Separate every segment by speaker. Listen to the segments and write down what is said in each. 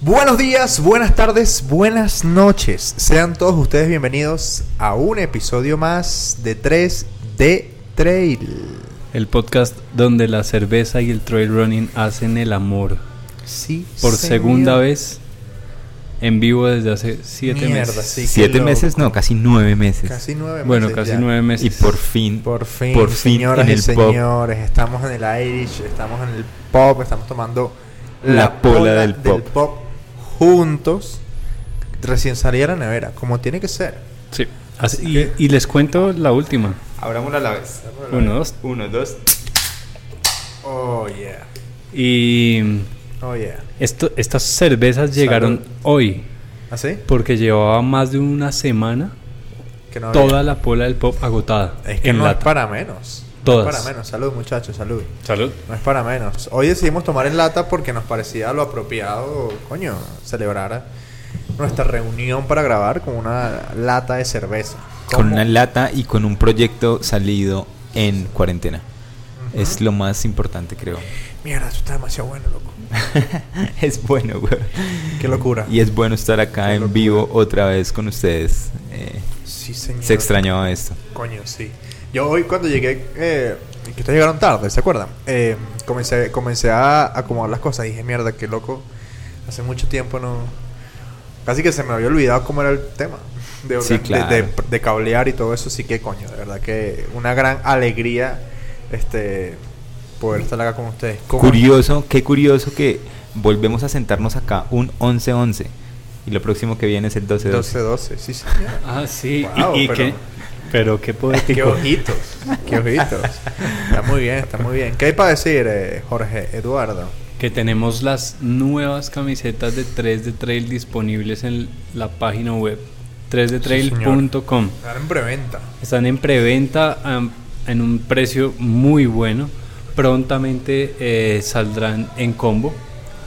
Speaker 1: Buenos días, buenas tardes, buenas noches. Sean todos ustedes bienvenidos a un episodio más de 3D Trail.
Speaker 2: El podcast donde la cerveza y el trail running hacen el amor.
Speaker 1: Sí,
Speaker 2: Por
Speaker 1: señor.
Speaker 2: segunda vez en vivo desde hace siete
Speaker 1: Mierda,
Speaker 2: meses.
Speaker 1: sí, qué
Speaker 3: Siete
Speaker 1: loco.
Speaker 3: meses, no, casi nueve meses.
Speaker 1: Casi nueve
Speaker 2: Bueno,
Speaker 1: meses
Speaker 2: casi
Speaker 1: ya.
Speaker 2: nueve meses.
Speaker 3: Y por fin,
Speaker 1: Por fin,
Speaker 3: por fin
Speaker 1: señoras
Speaker 3: en
Speaker 1: y
Speaker 3: el pop.
Speaker 1: señores, estamos en el Irish, estamos en el pop, estamos tomando
Speaker 3: La pola del pop.
Speaker 1: juntos. Recién salí a la nevera, como tiene que ser.
Speaker 2: Sí. Así-
Speaker 1: Así
Speaker 2: y-
Speaker 1: que-
Speaker 2: y, les cuento la última.
Speaker 3: Abrámosla a la vez.
Speaker 2: Uno, dos.
Speaker 3: Uno, dos.
Speaker 1: Oh yeah,
Speaker 2: Y mm,
Speaker 1: oh yeah.
Speaker 2: esto, estas cervezas llegaron
Speaker 1: Salud.
Speaker 2: hoy
Speaker 1: ¿Así?
Speaker 2: porque llevaba más de una semana
Speaker 1: Que no había-
Speaker 2: toda la pola del pop agotada.
Speaker 1: Es que
Speaker 2: en
Speaker 1: no
Speaker 2: lata.
Speaker 1: es para menos.
Speaker 2: Todas.
Speaker 1: No es para menos. Salud, muchachos, salud.
Speaker 2: Salud.
Speaker 1: No es para menos. Hoy decidimos tomar en lata porque nos parecía lo apropiado, coño, celebrar nuestra reunión para grabar con una lata de cerveza.
Speaker 3: Con
Speaker 1: ¿Cómo?
Speaker 3: una lata y con un proyecto salido en cuarentena. Es lo más importante, creo.
Speaker 1: Mm. Mierda, esto está demasiado bueno, loco.
Speaker 3: es bueno, güey.
Speaker 1: Qué locura.
Speaker 3: Y es bueno estar acá
Speaker 1: Qué
Speaker 3: en
Speaker 1: locura.
Speaker 3: vivo otra vez con ustedes. Eh,
Speaker 1: Sí, señor.
Speaker 3: se extrañaba esto.
Speaker 1: Coño, sí. Yo hoy cuando llegué, eh, que ustedes llegaron tarde, ¿se acuerdan? Eh, comencé, comencé a acomodar las cosas. Dije, mierda, qué loco. Hace mucho tiempo no... Casi que se me había olvidado cómo era el tema. De,
Speaker 3: Sí,
Speaker 1: organ- de-
Speaker 3: claro.
Speaker 1: de, de cablear y todo eso. Sí que coño, de verdad que una gran alegría este poder estar acá con ustedes. ¿Cómo-
Speaker 3: Curioso, qué curioso que volvemos a sentarnos acá un 11-11. Y lo próximo que viene es el 12-12.
Speaker 1: 12-12, sí, señor.
Speaker 2: Ah, sí. y-
Speaker 1: Wow,
Speaker 2: y,
Speaker 1: pero-
Speaker 2: qué, pero qué poético.
Speaker 1: Qué ojitos, qué ojitos. Está muy bien, está muy bien. ¿Qué hay para decir, eh, Jorge Eduardo?
Speaker 2: que tenemos las nuevas camisetas de 3 de Trail disponibles en la página web 3detrail.com.
Speaker 1: Están en preventa.
Speaker 2: Están en preventa am, en un precio muy bueno. Prontamente eh, saldrán en combo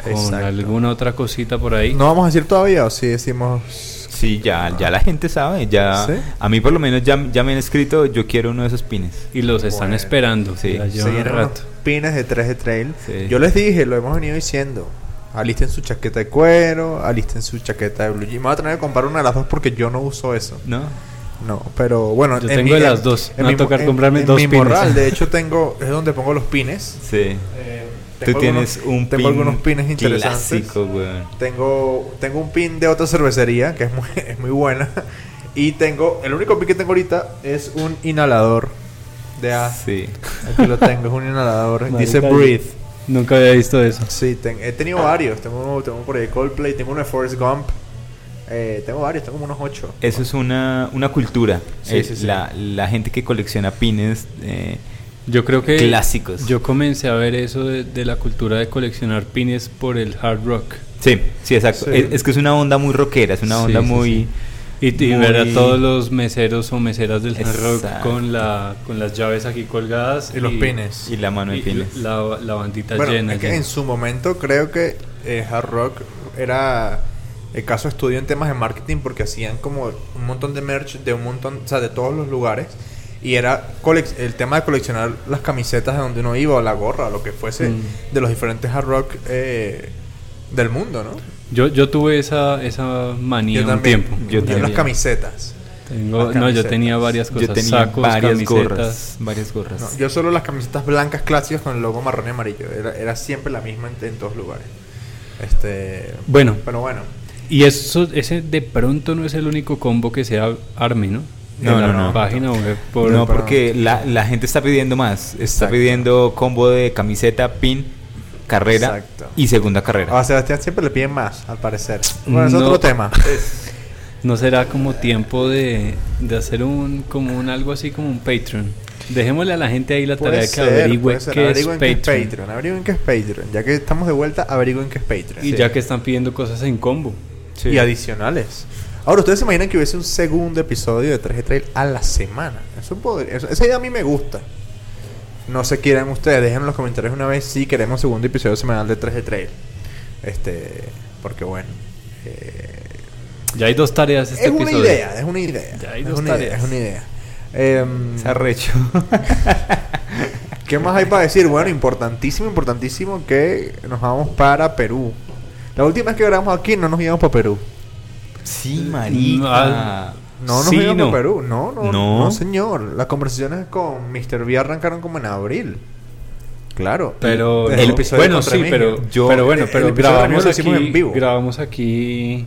Speaker 2: con
Speaker 1: Exacto.
Speaker 2: alguna otra cosita por ahí.
Speaker 1: ¿No vamos a decir todavía o si decimos
Speaker 3: Sí, ya, ya la gente sabe, ya
Speaker 1: ¿Sí?
Speaker 3: a mí por lo menos ya, ya me han escrito, yo quiero uno de esos pines.
Speaker 2: Y los están
Speaker 1: Bueno,
Speaker 2: esperando.
Speaker 3: sí.
Speaker 2: la llevan
Speaker 1: se
Speaker 2: un
Speaker 1: vienen
Speaker 2: rato.
Speaker 1: unos pines de 3 de trail?
Speaker 3: Sí.
Speaker 1: Yo les dije, lo hemos venido diciendo. Alisten su chaqueta de cuero, alisten su chaqueta de blue jean. Me voy a tener que comprar una de las dos porque yo no uso eso.
Speaker 3: ¿No?
Speaker 1: No, pero bueno.
Speaker 2: Yo
Speaker 1: en
Speaker 2: tengo de las dos. Me va a
Speaker 1: mi mo-
Speaker 2: tocar comprarme
Speaker 1: en
Speaker 2: dos
Speaker 1: mi
Speaker 2: pines.
Speaker 1: morral, de hecho, tengo. Es donde pongo los pines.
Speaker 3: Sí.
Speaker 1: Eh,
Speaker 3: Tú
Speaker 1: tengo
Speaker 3: tienes
Speaker 1: algunos-
Speaker 3: un
Speaker 1: Tengo
Speaker 3: pin
Speaker 1: algunos pines interesantes.
Speaker 3: Clásico, weón.
Speaker 1: Tengo, tengo un pin de otra cervecería que es muy, es muy buena. Y tengo, el único pin que tengo ahorita es un inhalador de A.
Speaker 3: Sí.
Speaker 1: Aquí lo tengo, es un inhalador. Dice
Speaker 2: Marica,
Speaker 1: Breathe.
Speaker 2: Nunca había visto eso.
Speaker 1: Sí, ten- he tenido varios. Tengo uno, tengo uno por ahí de Coldplay, tengo uno de Forrest Gump. Eh, tengo varios, tengo como unos ocho.
Speaker 3: Eso es una, una cultura.
Speaker 1: Sí,
Speaker 3: Eh,
Speaker 1: sí, sí.
Speaker 3: La, la gente que colecciona pines. eh,
Speaker 2: Yo creo que
Speaker 3: Clásicos.
Speaker 2: yo comencé a ver eso de, de la cultura de coleccionar pines por el hard rock.
Speaker 3: sí, sí, exacto.
Speaker 1: Sí.
Speaker 3: Es, es que es una onda muy rockera, es una
Speaker 2: Sí,
Speaker 3: onda
Speaker 2: sí,
Speaker 3: muy...
Speaker 2: sí. Y, y ver a
Speaker 3: muy-
Speaker 2: todos los meseros o meseras del hard rock
Speaker 3: Exacto.
Speaker 2: con, la, con las llaves aquí colgadas.
Speaker 1: Y los pines.
Speaker 3: Y la mano en
Speaker 2: y
Speaker 3: pines.
Speaker 2: La, la bandita
Speaker 1: Bueno,
Speaker 2: llena.
Speaker 1: es que
Speaker 2: llena.
Speaker 1: en su momento creo que eh, Hard Rock era el caso estudio en temas de marketing porque hacían como un montón de merch de un montón, o sea, de todos los lugares. Y era colec- el tema de coleccionar las camisetas de donde uno iba, o la gorra, o lo que fuese,
Speaker 2: Mm.
Speaker 1: de los diferentes hard rock eh, del mundo, ¿no?
Speaker 2: Yo, yo tuve esa, esa manía un tiempo.
Speaker 1: Yo tenía unas
Speaker 2: también.
Speaker 1: camisetas.
Speaker 2: Tengo-
Speaker 1: unas
Speaker 2: no, yo
Speaker 1: camisetas.
Speaker 2: tenía varias cosas.
Speaker 3: Yo tenía
Speaker 2: sacos,
Speaker 3: varias
Speaker 2: camisetas.
Speaker 3: gorras. Varias gorras.
Speaker 1: No, yo solo las camisetas blancas clásicas con el logo marrón y amarillo. Era, era siempre la misma en, en todos lugares. Este,
Speaker 2: Bueno.
Speaker 1: Pero bueno.
Speaker 2: Y eso, ese de pronto no es el único combo que sea arme, ¿no?
Speaker 3: No,
Speaker 2: En la
Speaker 3: no, no.
Speaker 2: Página web por,
Speaker 3: no,
Speaker 1: por-
Speaker 3: porque la, la gente está pidiendo más. Está
Speaker 1: Exacto.
Speaker 3: pidiendo combo de camiseta, pin, carrera
Speaker 1: Exacto. Ah,
Speaker 3: y segunda carrera.
Speaker 1: A Sebastián siempre le piden más, al parecer. Bueno, es
Speaker 2: No.
Speaker 1: otro tema.
Speaker 2: ¿No será como tiempo de, de hacer un como un algo así como un Patreon? Dejémosle a la gente ahí la tarea
Speaker 1: Puede
Speaker 2: de que
Speaker 1: ser,
Speaker 2: averigüe
Speaker 1: puede ser.
Speaker 2: qué es
Speaker 1: Averigüen qué es
Speaker 2: Patreon.
Speaker 1: Patreon. Averigüen qué es Patreon. Ya que estamos de vuelta, averigüen qué es Patreon.
Speaker 2: Y ya que están pidiendo cosas en combo.
Speaker 3: Sí.
Speaker 1: Y adicionales. Ahora, ¿ustedes se imaginan que hubiese un segundo episodio de 3G Trail a la semana? Eso podría- eso- esa idea a mí me gusta. No sé qué eran ustedes. Dejen en los comentarios una vez si queremos segundo episodio semanal de 3G Trail. Este, porque bueno. eh,
Speaker 2: Ya hay dos tareas este
Speaker 1: es una
Speaker 2: episodio.
Speaker 1: idea, es una idea.
Speaker 2: Ya hay
Speaker 1: es,
Speaker 2: dos
Speaker 1: una idea
Speaker 2: tareas.
Speaker 1: es una idea. Em,
Speaker 3: Es arrecho.
Speaker 1: ¿Qué más hay para decir? Bueno, importantísimo, importantísimo que nos vamos para Perú. La última vez que grabamos aquí no nos íbamos para Perú.
Speaker 3: Sí,
Speaker 1: Ah.
Speaker 2: marica.
Speaker 3: marica.
Speaker 1: No nos
Speaker 2: Sí,
Speaker 1: íbamos
Speaker 2: no.
Speaker 1: para Perú. No, no,
Speaker 3: No.
Speaker 1: no. señor. Las conversaciones con Mr. B arrancaron como en abril. Claro.
Speaker 2: Pero
Speaker 1: Desde
Speaker 2: no.
Speaker 1: episodio
Speaker 2: bueno,
Speaker 1: contra
Speaker 2: sí,
Speaker 1: México.
Speaker 2: pero
Speaker 3: Yo-
Speaker 2: pero bueno,
Speaker 1: el- el
Speaker 2: pero
Speaker 1: episodio de
Speaker 2: grabamos
Speaker 1: Ramiro lo
Speaker 2: aquí,
Speaker 1: hicimos en vivo.
Speaker 2: grabamos aquí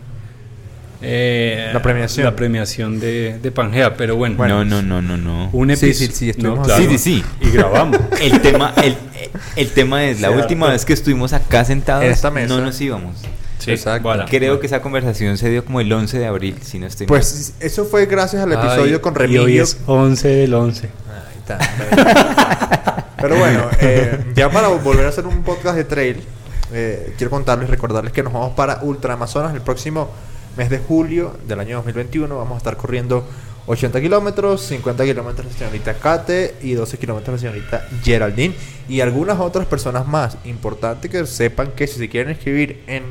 Speaker 2: eh,
Speaker 1: La premiación.
Speaker 2: la premiación de, de Pangea, pero bueno,
Speaker 1: Bueno.
Speaker 3: No, no, no, no, no.
Speaker 2: un
Speaker 1: Sí,
Speaker 2: episodio,
Speaker 1: sí, sí, estuvimos
Speaker 3: aquí. Sí, sí, sí.
Speaker 2: y grabamos.
Speaker 3: El tema, el, el tema es, la
Speaker 1: Cierto.
Speaker 3: última vez que estuvimos acá sentados,
Speaker 1: En esta mesa.
Speaker 3: no nos íbamos.
Speaker 2: Sí,
Speaker 1: Exacto.
Speaker 2: voilà.
Speaker 3: Creo que esa conversación se dio como el 11 de abril, si no estoy mal.
Speaker 1: Pues eso fue gracias al
Speaker 2: Ay,
Speaker 1: episodio con
Speaker 2: y hoy
Speaker 1: Remigio.
Speaker 2: es 11 del 11.
Speaker 1: Ahí está. Pero bueno, eh, ya para volver a hacer un podcast de trail, eh, quiero contarles, recordarles que nos vamos para Ultra Amazonas el próximo mes de julio del año 2021. Vamos a estar corriendo 80 kilómetros, 50 kilómetros la señorita Kate y 12 kilómetros la señorita Geraldine y algunas otras personas más. Importante que sepan que si se quieren inscribir en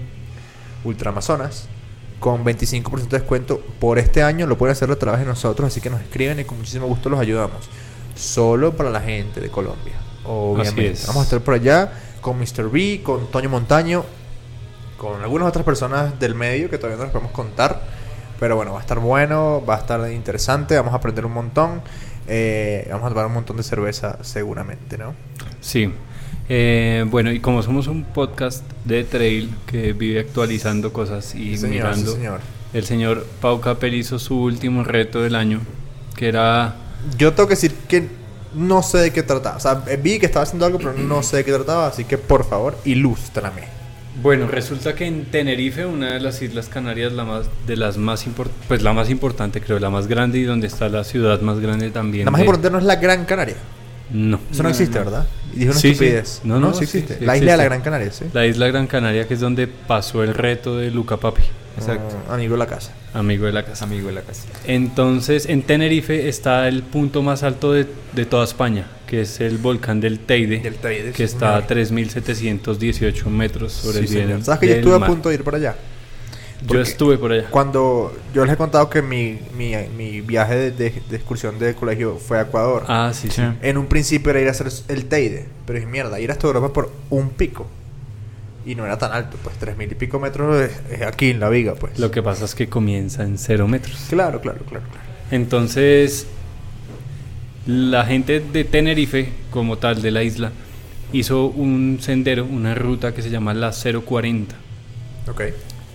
Speaker 1: Ultra Amazonas con 25% de descuento por este año, lo pueden hacer a través de nosotros, así que nos escriben y con muchísimo gusto los ayudamos. Solo para la gente de Colombia. Obviamente.
Speaker 2: es.
Speaker 1: Vamos a estar por allá con Mr. B, con Toño Montaño, con algunas otras personas del medio que todavía no les podemos contar. Pero bueno, va a estar bueno, va a estar interesante, vamos a aprender un montón. eh, vamos a tomar un montón de cerveza seguramente, ¿no?
Speaker 2: Sí. Eh, bueno, y como somos un podcast de trail que vive actualizando cosas y
Speaker 1: Sí, señor, sí,
Speaker 2: mirando,
Speaker 1: señor.
Speaker 2: el señor Pau Capel hizo su último reto del año, que era
Speaker 1: Yo tengo que decir que no sé de qué trataba. O sea, vi que estaba haciendo algo, pero no sé de qué trataba. Así que, por favor, ilústrame.
Speaker 2: Bueno, resulta que en Tenerife, una de las islas canarias, la más, de las más impor- pues la más importante, creo, la más grande y donde está la ciudad más grande también.
Speaker 1: La más
Speaker 2: de-
Speaker 1: importante no es la Gran Canaria.
Speaker 2: No.
Speaker 1: Eso no, existe, ¿verdad? Y dije una
Speaker 2: Sí, sí.
Speaker 1: estupidez.
Speaker 2: No, no,
Speaker 1: sí
Speaker 2: sí,
Speaker 1: existe.
Speaker 2: sí
Speaker 1: la isla de la
Speaker 2: existe.
Speaker 1: Gran Canaria, sí.
Speaker 2: La isla Gran Canaria, que es donde pasó el reto de Luca Papi,
Speaker 3: Exacto.
Speaker 1: Ah, amigo de la casa.
Speaker 2: amigo de la casa.
Speaker 3: Amigo de la casa.
Speaker 2: Entonces, en Tenerife está el punto más alto de, de toda España, que es el volcán del Teide,
Speaker 1: Del Teide,
Speaker 2: que
Speaker 1: sí,
Speaker 2: está a
Speaker 1: señor.
Speaker 2: 3.718 metros sobre
Speaker 1: Sí,
Speaker 2: el nivel
Speaker 1: señor. ¿Sabes que yo
Speaker 2: del
Speaker 1: estuve a
Speaker 2: mar.
Speaker 1: punto de ir para allá?
Speaker 2: Yo estuve por allá.
Speaker 1: Cuando yo les he contado que mi, mi, mi viaje de, de- de excursión de colegio fue a Ecuador.
Speaker 2: Ah, sí, sí.
Speaker 1: En un principio era ir a hacer el Teide, pero es mierda, ir hasta Europa por un pico. Y no era tan alto, pues tres mil y pico metros es, es aquí en la viga, pues.
Speaker 2: Lo que pasa es que comienza en cero metros.
Speaker 1: Claro, claro, claro, claro.
Speaker 2: Entonces, la gente de Tenerife, como tal, de la isla, hizo un sendero, una ruta que se llama la 040.
Speaker 1: Ok.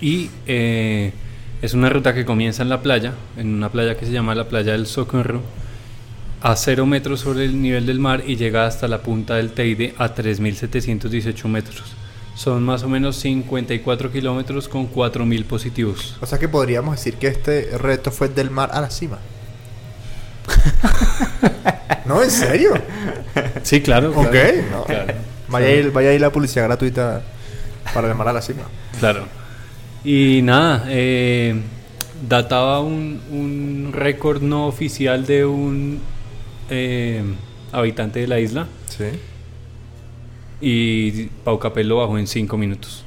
Speaker 2: Y eh, es una ruta que comienza en la playa, en una playa que se llama la Playa del Socorro, a cero metros sobre el nivel del mar y llega hasta la punta del Teide a 3.718 metros. Son más o menos 54 kilómetros con 4.000 positivos.
Speaker 1: O sea que podríamos decir que este reto fue del mar a la cima. no, en serio.
Speaker 2: Sí, claro.
Speaker 1: Ok,
Speaker 2: claro.
Speaker 1: no.
Speaker 2: Claro.
Speaker 1: Vaya ahí, vaya ahí la publicidad gratuita para del mar a la cima.
Speaker 2: Claro. Y nada, eh, databa un, un récord no oficial de un eh, habitante de la isla
Speaker 1: Sí.
Speaker 2: y Pau Capel lo bajó en 5 minutos.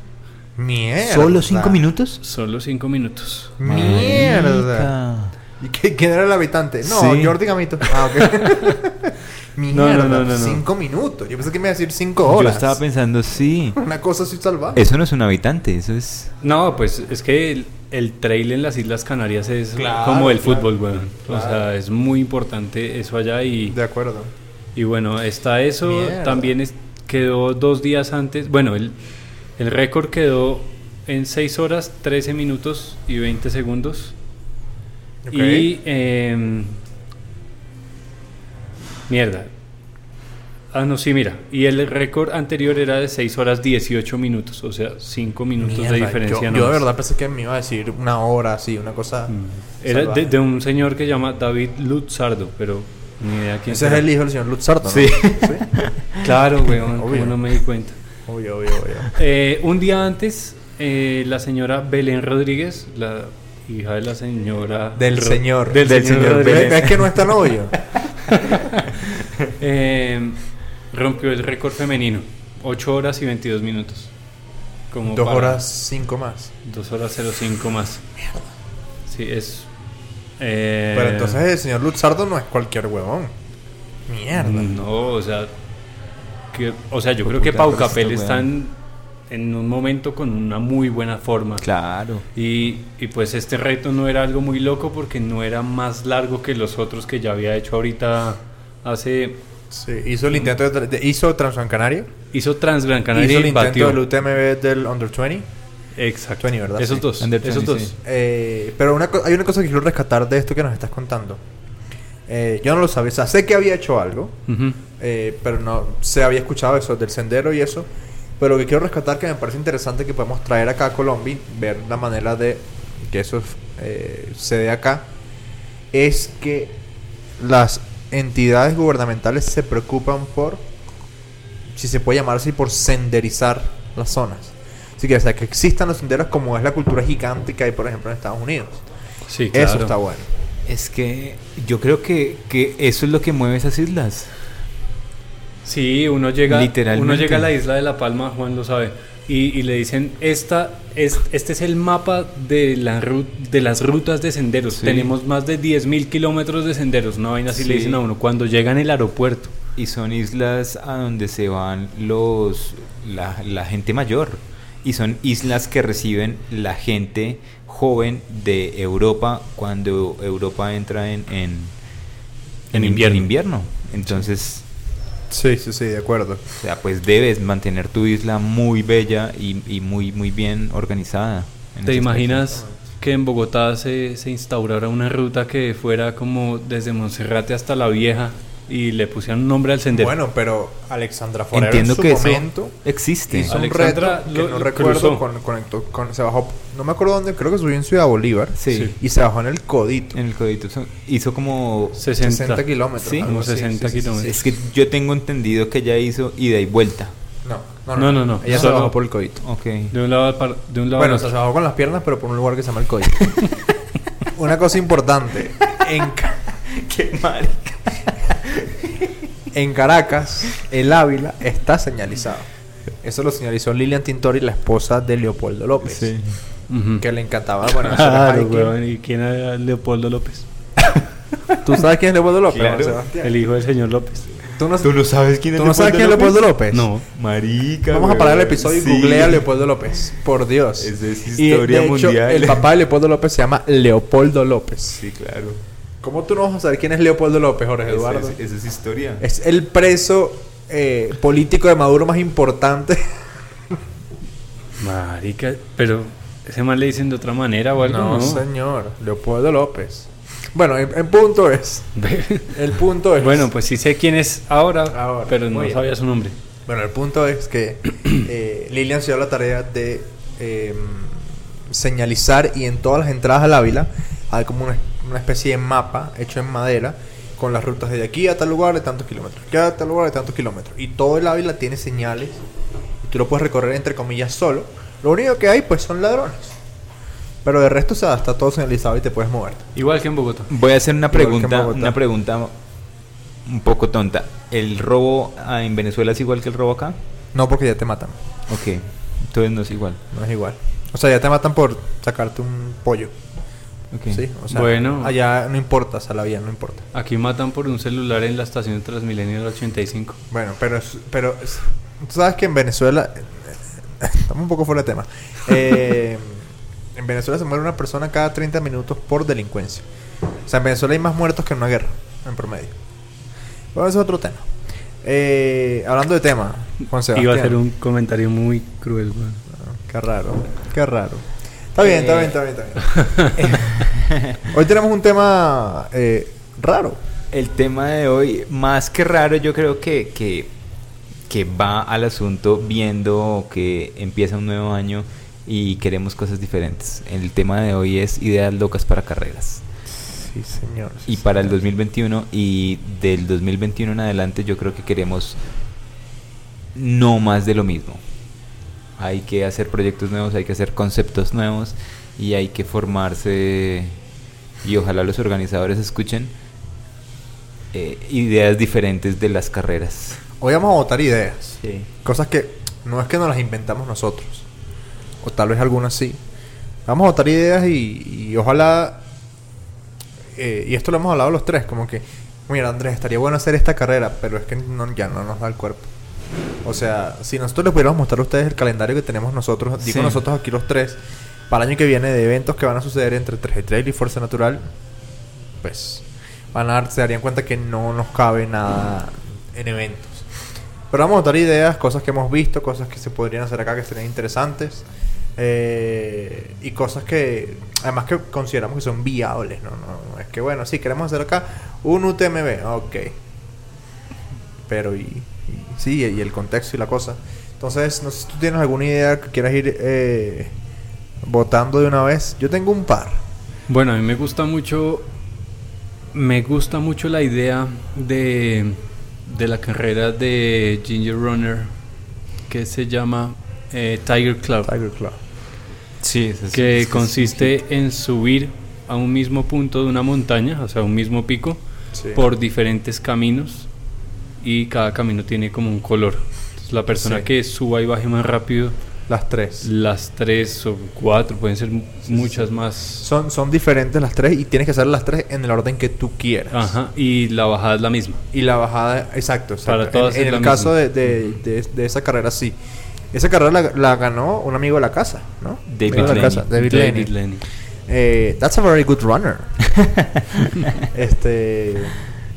Speaker 1: Mierda.
Speaker 3: ¿Solo cinco minutos?
Speaker 2: Solo 5 minutos.
Speaker 1: Mierda. ¿Y qué- quién era el habitante? No,
Speaker 3: Sí.
Speaker 1: Jordi Gamito. Ah, ok. Mierda,
Speaker 2: no, no, no, no.
Speaker 1: cinco minutos. Yo pensé que me iba a decir cinco
Speaker 3: Yo
Speaker 1: horas.
Speaker 3: estaba pensando, sí.
Speaker 1: Una cosa así salvaje.
Speaker 3: Eso no es un habitante, eso es.
Speaker 2: No, pues es que el, el trail en las Islas Canarias es
Speaker 1: Claro,
Speaker 2: como el
Speaker 1: claro,
Speaker 2: fútbol, weón. O
Speaker 1: claro.
Speaker 2: sea, es muy importante eso allá y...
Speaker 1: De acuerdo.
Speaker 2: Y bueno, está eso.
Speaker 1: Mierda.
Speaker 2: También es- quedó dos días antes. Bueno, el, el récord quedó en 6 horas, 13 minutos y 20 segundos.
Speaker 1: Ok.
Speaker 2: Y. em, mierda. Ah, no, sí, mira. Y el récord anterior era de 6 horas 18 minutos, o sea, 5 minutos
Speaker 1: Mierda,
Speaker 2: de diferencia.
Speaker 1: Yo, yo de
Speaker 2: nomás. Mm.
Speaker 1: verdad pensé que me iba a decir una hora así, una cosa.
Speaker 2: Era
Speaker 1: salvaje.
Speaker 2: de, de un señor que llama David Lutzardo, pero ni idea quién
Speaker 1: Ese es
Speaker 2: será.
Speaker 1: el hijo del señor Lutzardo, ¿no?
Speaker 3: Sí.
Speaker 2: Claro, weón,
Speaker 1: Obvio.
Speaker 2: cómo no me di cuenta.
Speaker 1: Obvio, obvio, obvio.
Speaker 2: Eh, un día antes, eh, la señora Belén Rodríguez, la hija de la señora...
Speaker 1: Del
Speaker 2: Ro-
Speaker 1: señor.
Speaker 2: Del,
Speaker 3: Del
Speaker 2: señor,
Speaker 3: señor
Speaker 2: Rodríguez,
Speaker 1: ¿Ves, ves que no es tan obvio?
Speaker 2: eh, rompió el récord femenino. 8 horas y 22 minutos. Como
Speaker 1: Dos
Speaker 2: para-
Speaker 1: horas cinco más.
Speaker 2: 2 horas 05 más. Sí, es... eh,
Speaker 1: Pero entonces el señor Lutzardo no es cualquier huevón. Mierda.
Speaker 2: No, o sea... que- o sea, yo creo que
Speaker 3: puta,
Speaker 2: Pau
Speaker 3: pero esto,
Speaker 2: Capel está
Speaker 3: weón.
Speaker 2: en, en un momento con una muy buena forma.
Speaker 3: Claro.
Speaker 2: Y, y pues este reto no era algo muy loco porque no era más largo que los otros que ya había hecho ahorita hace...
Speaker 1: Sí, hizo el intento de, de- hizo Transgran Canaria,
Speaker 2: Hizo Transgran
Speaker 1: hizo
Speaker 2: Canaria
Speaker 1: el
Speaker 2: y
Speaker 1: intento
Speaker 2: batió.
Speaker 1: del UTMB del Under 20.
Speaker 2: Exacto.
Speaker 1: 20, ¿verdad?
Speaker 2: Esos
Speaker 1: Sí.
Speaker 2: dos.
Speaker 3: Under
Speaker 2: esos
Speaker 3: 20,
Speaker 2: dos.
Speaker 3: sí.
Speaker 1: Eh, pero una co- hay una cosa que quiero rescatar de esto que nos estás contando. Eh, yo no lo sabía, o sea, sé que había hecho algo,
Speaker 2: Ujú.
Speaker 1: eh, pero no se había escuchado eso del sendero y eso. Pero lo que quiero rescatar que me parece interesante que podemos traer acá a Colombia, ver la manera de que eso eh, se dé acá, es que las entidades gubernamentales se preocupan por, si se puede llamar así, por senderizar las zonas. Así que, o sea, que existan los senderos como es la cultura gigante que hay, por ejemplo, en Estados Unidos.
Speaker 2: Sí,
Speaker 1: Eso
Speaker 2: claro.
Speaker 1: está bueno.
Speaker 3: Es que yo creo que, que eso es lo que mueve esas islas.
Speaker 2: Sí, uno llega,
Speaker 3: Literalmente.
Speaker 2: uno llega a la isla de La Palma, Juan lo sabe, y, y le dicen, Esta es, este es el mapa de, la ru- de las rutas de senderos.
Speaker 3: Sí.
Speaker 2: Tenemos más de 10.000 kilómetros de senderos. No vaina así le
Speaker 3: Sí.
Speaker 2: dicen a uno. Cuando llegan al aeropuerto,
Speaker 3: Y son islas a donde se van los la, la gente mayor. Y son islas que reciben la gente joven de Europa cuando Europa entra en, en,
Speaker 2: En
Speaker 3: in-
Speaker 2: invierno.
Speaker 3: Entonces,
Speaker 1: Sí, sí, sí, de acuerdo.
Speaker 3: o sea, pues debes mantener tu isla muy bella y, y muy, muy bien organizada. en
Speaker 2: ¿te
Speaker 3: ese
Speaker 2: imaginas
Speaker 1: exactamente.
Speaker 2: que en Bogotá se, se instaurara una ruta que fuera como desde Monserrate hasta La Vieja y le pusieran un nombre al sendero?
Speaker 1: Bueno, pero Alexandra
Speaker 3: aspecto.
Speaker 1: Forero
Speaker 3: Entiendo
Speaker 1: en su
Speaker 3: que
Speaker 1: momento
Speaker 3: eso existe.
Speaker 1: hizo un
Speaker 2: Alexandra
Speaker 1: reto que
Speaker 2: lo-
Speaker 1: no
Speaker 2: lo
Speaker 1: recuerdo
Speaker 2: cruzó.
Speaker 1: con, conectó- con- se bajó no me acuerdo dónde creo que subió en Ciudad Bolívar
Speaker 3: Sí.
Speaker 1: y se bajó en el codito
Speaker 3: En el codito son- hizo como
Speaker 2: 60,
Speaker 1: 60 kilómetros
Speaker 3: Sí,
Speaker 1: algo
Speaker 2: como
Speaker 1: así,
Speaker 2: 60
Speaker 1: sí, sí, sí,
Speaker 2: kilómetros.
Speaker 3: Es que yo tengo entendido que ella hizo ida y vuelta.
Speaker 1: sí. no no
Speaker 2: No,
Speaker 1: no,
Speaker 2: no, no.
Speaker 1: ella se
Speaker 2: Solo-
Speaker 1: bajó por el codito
Speaker 3: Ok.
Speaker 2: De un lado al par- de un lado
Speaker 1: bueno
Speaker 2: al
Speaker 1: o sea,
Speaker 2: otro.
Speaker 1: se bajó con las piernas pero por un lugar que se llama el codito una cosa importante en, Ca-
Speaker 3: Qué marica.
Speaker 1: en Caracas el Ávila está señalizado eso lo señalizó Lilian Tintori la esposa de Leopoldo López
Speaker 3: Sí.
Speaker 2: Ujú.
Speaker 1: que le encantaba bueno hacer
Speaker 2: Claro,
Speaker 1: hiking.
Speaker 2: weón, ¿Y quién era Leopoldo López?
Speaker 1: tú sabes quién es Leopoldo López
Speaker 3: Claro.
Speaker 1: Sebastián?
Speaker 2: El hijo del señor López.
Speaker 1: tú no,
Speaker 3: ¿Tú no sabes quién es
Speaker 1: ¿Tú no sabes quién es Leopoldo López?
Speaker 2: No.
Speaker 3: Marica.
Speaker 1: Vamos a parar el episodio y googlea a
Speaker 3: Leopoldo.
Speaker 1: Leopoldo López. Por Dios.
Speaker 3: Esa es
Speaker 1: Y,
Speaker 3: historia
Speaker 1: de hecho,
Speaker 3: mundial.
Speaker 1: el papá de Leopoldo López se llama Leopoldo López.
Speaker 3: Sí, claro.
Speaker 1: ¿Cómo tú no vas a saber quién es Leopoldo López, Jorge
Speaker 3: Esa
Speaker 1: Pues, Eduardo?
Speaker 3: es, esa es historia.
Speaker 1: Es el preso eh, político de Maduro más importante.
Speaker 2: Marica, pero ese man le dicen de otra manera o algo, ¿no?
Speaker 1: señor. Leopoldo López. Bueno, el, el punto es. El punto es.
Speaker 2: bueno, pues sí sé quién es ahora,
Speaker 1: Ahora,
Speaker 2: pero no
Speaker 1: muy bien.
Speaker 2: sabía su nombre.
Speaker 1: Bueno, el punto es que eh, Lilian se dio la tarea de eh, señalizar y en todas las entradas al Ávila hay como una, una especie de mapa hecho en madera con las rutas de aquí a tal lugar de tantos kilómetros, aquí a tal lugar de tantos kilómetros. Y todo el Ávila tiene señales y tú lo puedes recorrer entre comillas solo. Lo único que hay pues son ladrones. Pero de resto o sea, está todo señalizado y te puedes mover.
Speaker 2: Igual que en Bogotá.
Speaker 3: Voy a hacer una
Speaker 1: Igual que en
Speaker 3: pregunta,
Speaker 1: Bogotá.
Speaker 3: una pregunta un poco tonta. ¿El robo ah, en Venezuela es igual que el robo acá?
Speaker 1: No porque ya te matan,
Speaker 3: Ok. Entonces no es igual.
Speaker 1: no es igual. O sea, ya te matan por sacarte un pollo.
Speaker 3: Ok.
Speaker 1: Sí, o sea,
Speaker 2: Bueno.
Speaker 1: allá no importa, o sea, la vía no importa.
Speaker 2: Aquí matan por un celular en la estación de Transmilenio del 85.
Speaker 1: Bueno, pero, es- pero es- tú sabes que en Venezuela, estamos un poco fuera de tema, Eh, en Venezuela se muere una persona cada 30 minutos por delincuencia. O sea, en Venezuela hay más muertos que en una guerra, en promedio. Bueno, ese es otro tema. Eh, hablando de tema, Juan Sebastián. Ah,
Speaker 2: Iba a ser un comentario muy cruel, weón.
Speaker 1: Qué raro, qué raro. Está
Speaker 2: Eh.
Speaker 1: bien, está bien, está bien, está bien. Hoy tenemos un tema eh, raro.
Speaker 3: El tema de hoy, más que raro, yo creo que, que, que va al asunto viendo que empieza un nuevo año y queremos cosas diferentes. El tema de hoy es ideas locas para carreras.
Speaker 1: Sí, señor.
Speaker 3: Y para el 2021 y del 2021 en adelante yo creo que queremos no más de lo mismo. Hay que hacer proyectos nuevos, hay que hacer conceptos nuevos y hay que formarse y ojalá los organizadores escuchen eh, ideas diferentes de las carreras.
Speaker 1: Hoy vamos a votar ideas. Cosas que no es que nos las inventamos nosotros. O tal vez algunas sí. Vamos a botar ideas y, y ojalá... eh, y esto lo hemos hablado los tres, como que... Mira, Andrés, estaría bueno hacer esta carrera, pero es que no- ya no nos da el cuerpo. O sea, si nosotros les pudiéramos mostrar a ustedes el calendario que tenemos nosotros, digo
Speaker 3: Sí.
Speaker 1: nosotros aquí los tres, para el año que viene de eventos que van a suceder entre 3G Trail y Fuerza Natural, pues van a dar- se darían cuenta que no nos cabe nada en eventos. Pero vamos a dar ideas, cosas que hemos visto, cosas que se podrían hacer acá que serían interesantes. eh, y cosas que además que consideramos que son viables, ¿no? No, no, es que bueno, sí, queremos hacer acá un UTMB, ok. Pero y, y- sí, y el contexto y la cosa. Entonces, no sé si tú tienes alguna idea que quieras ir eh, votando de una vez. Yo tengo un par.
Speaker 2: Bueno, a mí me gusta mucho. Me gusta mucho la idea de, de la carrera de Ginger Runner que se llama eh, Tiger Club.
Speaker 1: Tiger Club.
Speaker 3: Sí, eso es-
Speaker 2: que
Speaker 3: es-
Speaker 2: consiste en subir a un mismo punto de una montaña, o sea, un mismo pico,
Speaker 1: Sí.
Speaker 2: por diferentes caminos y cada camino tiene como un color. Entonces, la persona
Speaker 1: Sí.
Speaker 2: que suba y baje más rápido,
Speaker 1: Las tres.
Speaker 2: las tres o cuatro, pueden ser mu- muchas más.
Speaker 1: Son, son diferentes las tres y tienes que hacer las tres en el orden que tú quieras.
Speaker 2: Ajá, y la bajada es la misma.
Speaker 1: Y la bajada, exacto. exacto.
Speaker 2: Para todas
Speaker 1: en, en
Speaker 2: es
Speaker 1: el
Speaker 2: la
Speaker 1: caso
Speaker 2: misma.
Speaker 1: de, de- de- de esa carrera, sí. Esa carrera la, la ganó un amigo de la casa, ¿no?
Speaker 3: David
Speaker 1: Amigo de
Speaker 3: Lenny.
Speaker 1: la casa, David, Lenny. Eh, that's a very good runner. este.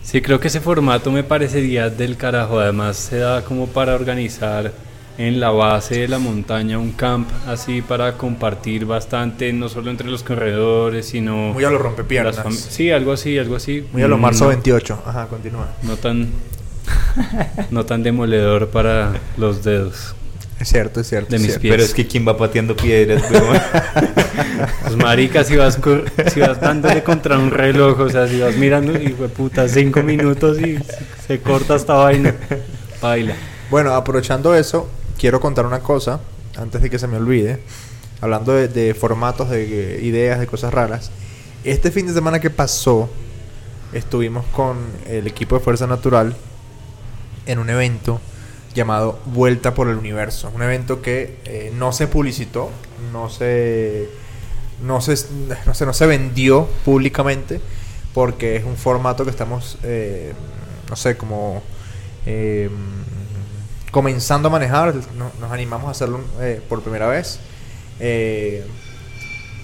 Speaker 2: Sí, creo que ese formato me parecería del carajo. Además, se da como para organizar en la base de la montaña un camp así para compartir bastante, no solo entre los corredores, sino.
Speaker 1: Muy a lo rompepiernas.
Speaker 2: las fami- Sí, algo así, algo así.
Speaker 1: Muy a lo
Speaker 2: Mm,
Speaker 1: marzo
Speaker 2: no-
Speaker 1: 28. Ajá, continúa.
Speaker 2: No tan. No tan demoledor para los dedos.
Speaker 1: Es cierto, es cierto.
Speaker 2: De
Speaker 1: es
Speaker 2: mis
Speaker 1: cierto.
Speaker 2: pies.
Speaker 3: Pero es que quien va pateando piedras, weón?
Speaker 2: Pues marica, si vas, cor- si vas dándole contra un reloj, o sea, si vas mirando y puta, cinco minutos y se corta esta vaina. Baila.
Speaker 1: Bueno, aprovechando eso, quiero contar una cosa antes de que se me olvide. Hablando de, de formatos, de eh, ideas, de cosas raras. Este fin de semana que pasó, estuvimos con el equipo de Fuerza Natural en un evento llamado Vuelta por el Universo. Un evento que eh, no se publicitó, no se, no, se, no, se, no se vendió públicamente, porque es un formato que estamos, eh, no sé, como eh, comenzando a manejar. No- nos animamos a hacerlo eh, por primera vez. Eh,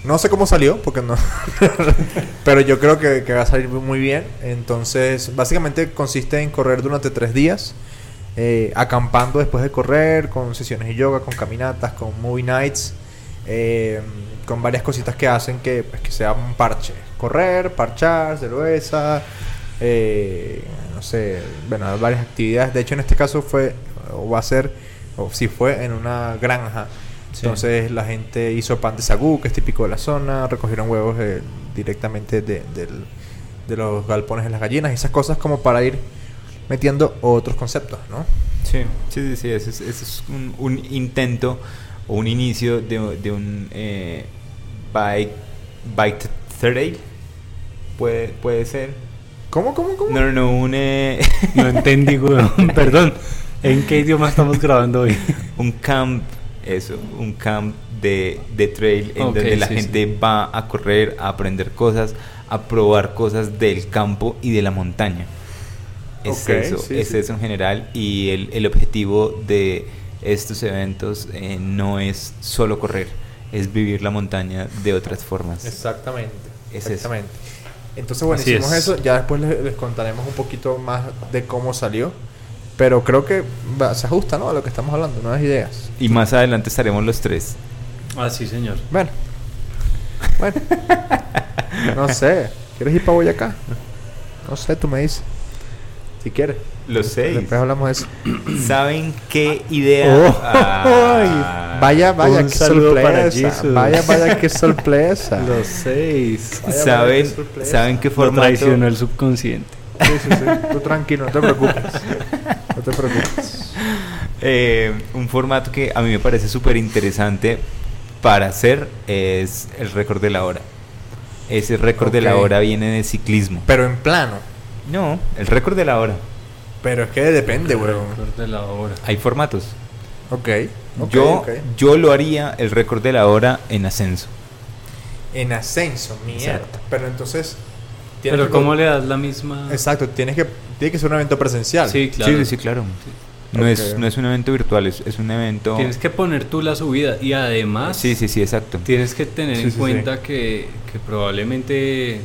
Speaker 1: no sé cómo salió, porque no. Pero yo creo que, que va a salir muy bien. Entonces, básicamente consiste en correr durante tres días, eh, acampando después de correr, con sesiones de yoga, con caminatas, con movie nights, eh, con varias cositas que hacen que, pues, que sea un parche. Correr, parchar, cerveza, eh, no sé, bueno, varias actividades. De hecho, en este caso fue, o va a ser, o si fue en una granja.
Speaker 2: Sí.
Speaker 1: Entonces la gente hizo pan de sagú, que es típico de la zona, recogieron huevos eh, directamente de, del- de los galpones de las gallinas, esas cosas como para ir metiendo otros conceptos, ¿no?
Speaker 3: Sí, sí, sí, sí, Eso es, eso es un, un intento o un inicio de, de un eh, bike, bike trail. Puede, puede ser.
Speaker 1: ¿Cómo, cómo, cómo?
Speaker 3: No, no, no, un, eh,
Speaker 2: No entendí, weón. Perdón. ¿En qué idioma estamos grabando hoy?
Speaker 3: un camp, eso, un camp de, de trail en
Speaker 2: Ok,
Speaker 3: donde la
Speaker 2: sí,
Speaker 3: gente
Speaker 2: sí.
Speaker 3: va a correr, a aprender cosas, a probar cosas del campo y de la montaña. Es
Speaker 1: Ok,
Speaker 3: eso,
Speaker 1: sí,
Speaker 3: es
Speaker 1: sí.
Speaker 3: eso en general. Y el, el objetivo de estos eventos eh, no es solo correr, es vivir la montaña de otras formas.
Speaker 1: Exactamente.
Speaker 3: Es eso.
Speaker 1: exactamente. Entonces, bueno,
Speaker 2: Así
Speaker 1: hicimos
Speaker 2: es.
Speaker 1: eso. Ya después les, les contaremos un poquito más de cómo salió. Pero creo que va- se ajusta, ¿no? A lo que estamos hablando, nuevas ideas.
Speaker 3: Y más adelante estaremos los tres.
Speaker 2: Ah, sí, señor.
Speaker 1: Bueno. Bueno. No sé. ¿Quieres ir para Boyacá? No sé, tú me dices. Si quieres.
Speaker 3: Los seis.
Speaker 1: Después hablamos de eso.
Speaker 3: ¿Saben qué idea?
Speaker 2: Oh.
Speaker 3: Ah.
Speaker 1: Vaya, vaya,
Speaker 2: Un
Speaker 1: qué
Speaker 2: saludo
Speaker 1: sorpresa.
Speaker 2: para Jesus.
Speaker 1: Vaya, vaya, qué sorpresa.
Speaker 2: Los seis.
Speaker 1: Vaya, vaya,
Speaker 3: ¿Saben,
Speaker 1: qué sorpresa.
Speaker 3: ¿Saben qué
Speaker 2: Lo
Speaker 3: formato?
Speaker 2: traicionó el subconsciente.
Speaker 1: Sí, sí, sí. Tú tranquilo, no te preocupes. No te preocupes.
Speaker 3: Eh, un formato que a mí me parece súper interesante para hacer es el récord de la hora. Ese récord de la
Speaker 1: Ok.
Speaker 3: hora viene de ciclismo.
Speaker 1: Pero en plano.
Speaker 3: No, el récord de la hora.
Speaker 1: Pero es que depende, weón.
Speaker 2: Récord de la hora.
Speaker 3: Hay formatos.
Speaker 1: Ok. ok,
Speaker 3: yo,
Speaker 1: ok.
Speaker 3: yo lo haría el récord de la hora en ascenso.
Speaker 1: En ascenso, mierda.
Speaker 3: Exacto.
Speaker 1: Pero entonces. tienes
Speaker 2: Pero
Speaker 1: que-
Speaker 2: ¿cómo le das la misma?
Speaker 1: Exacto, tienes que, tiene que ser un evento presencial.
Speaker 2: Sí, claro.
Speaker 3: claro. No, es,
Speaker 1: Ok.
Speaker 3: no es un evento virtual, es, es un evento...
Speaker 2: Tienes que poner tú la subida y además
Speaker 3: Sí, sí, sí, exacto.
Speaker 2: tienes que tener
Speaker 1: Sí,
Speaker 2: en
Speaker 1: sí, sí.
Speaker 2: cuenta Que, que probablemente,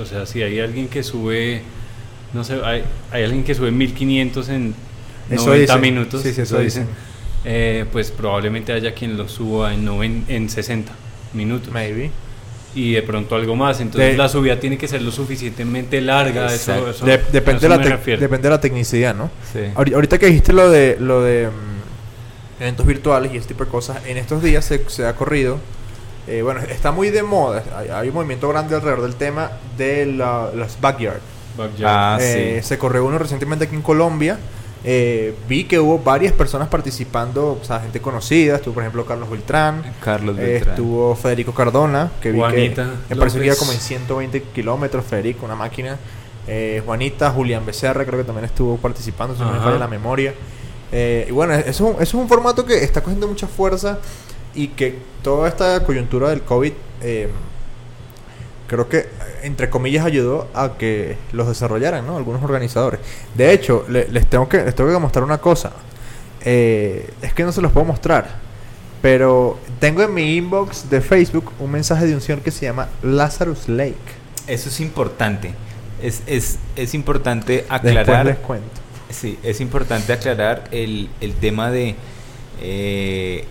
Speaker 2: o sea, si hay alguien que sube, no sé, hay, hay alguien que sube 1500 en
Speaker 1: Eso
Speaker 2: 90
Speaker 1: dicen.
Speaker 2: minutos,
Speaker 1: Sí, sí, eso dicen.
Speaker 2: eh, pues probablemente haya quien lo suba en, noven- en 60 minutos
Speaker 1: Maybe.
Speaker 2: y de pronto algo más. Entonces
Speaker 1: De-
Speaker 2: la subida tiene que ser lo suficientemente larga. eso-
Speaker 3: Exacto.
Speaker 2: eso-
Speaker 1: De-
Speaker 2: a
Speaker 1: depende,
Speaker 2: eso
Speaker 1: de la
Speaker 2: me
Speaker 1: tec-
Speaker 2: refiero.
Speaker 1: depende de la tecnicidad, ¿no?
Speaker 3: Sí.
Speaker 1: Ahori- Ahorita que dijiste lo de lo de mm, eventos virtuales y ese tipo de cosas, en estos días se, se ha corrido. eh, bueno, está muy de moda. Hay, hay un movimiento grande alrededor del tema de la- las backyard.
Speaker 2: Backyard.
Speaker 3: Ah,
Speaker 1: Eh,
Speaker 3: sí.
Speaker 1: Se corrió uno recientemente aquí en Colombia. Eh, vi que hubo varias personas participando, o sea, gente conocida. Estuvo, por ejemplo, Carlos Beltrán.
Speaker 3: Carlos
Speaker 1: Eh,
Speaker 3: Beltrán.
Speaker 1: estuvo Federico Cardona, que vi
Speaker 2: Juanita
Speaker 1: que me pareció que iba
Speaker 2: López.
Speaker 1: como en 120 kilómetros, Federico, una máquina. Eh, Juanita, Julián Becerra, creo que también estuvo participando, si no me
Speaker 2: Ajá.
Speaker 1: falla la memoria. Eh, y bueno, eso, es un- eso es un formato que está cogiendo mucha fuerza y que toda esta coyuntura del COVID eh, creo que, entre comillas, ayudó a que los desarrollaran, ¿no? Algunos organizadores. De hecho, le- les, tengo que, les tengo que mostrar una cosa. Eh, es que no se los puedo mostrar. Pero tengo en mi inbox de Facebook un mensaje de un señor que se llama Lazarus Lake.
Speaker 3: Eso es importante. Es, es, es importante
Speaker 1: Después les
Speaker 3: aclarar.
Speaker 1: cuento.
Speaker 3: Sí, es importante aclarar el, el tema de. eh,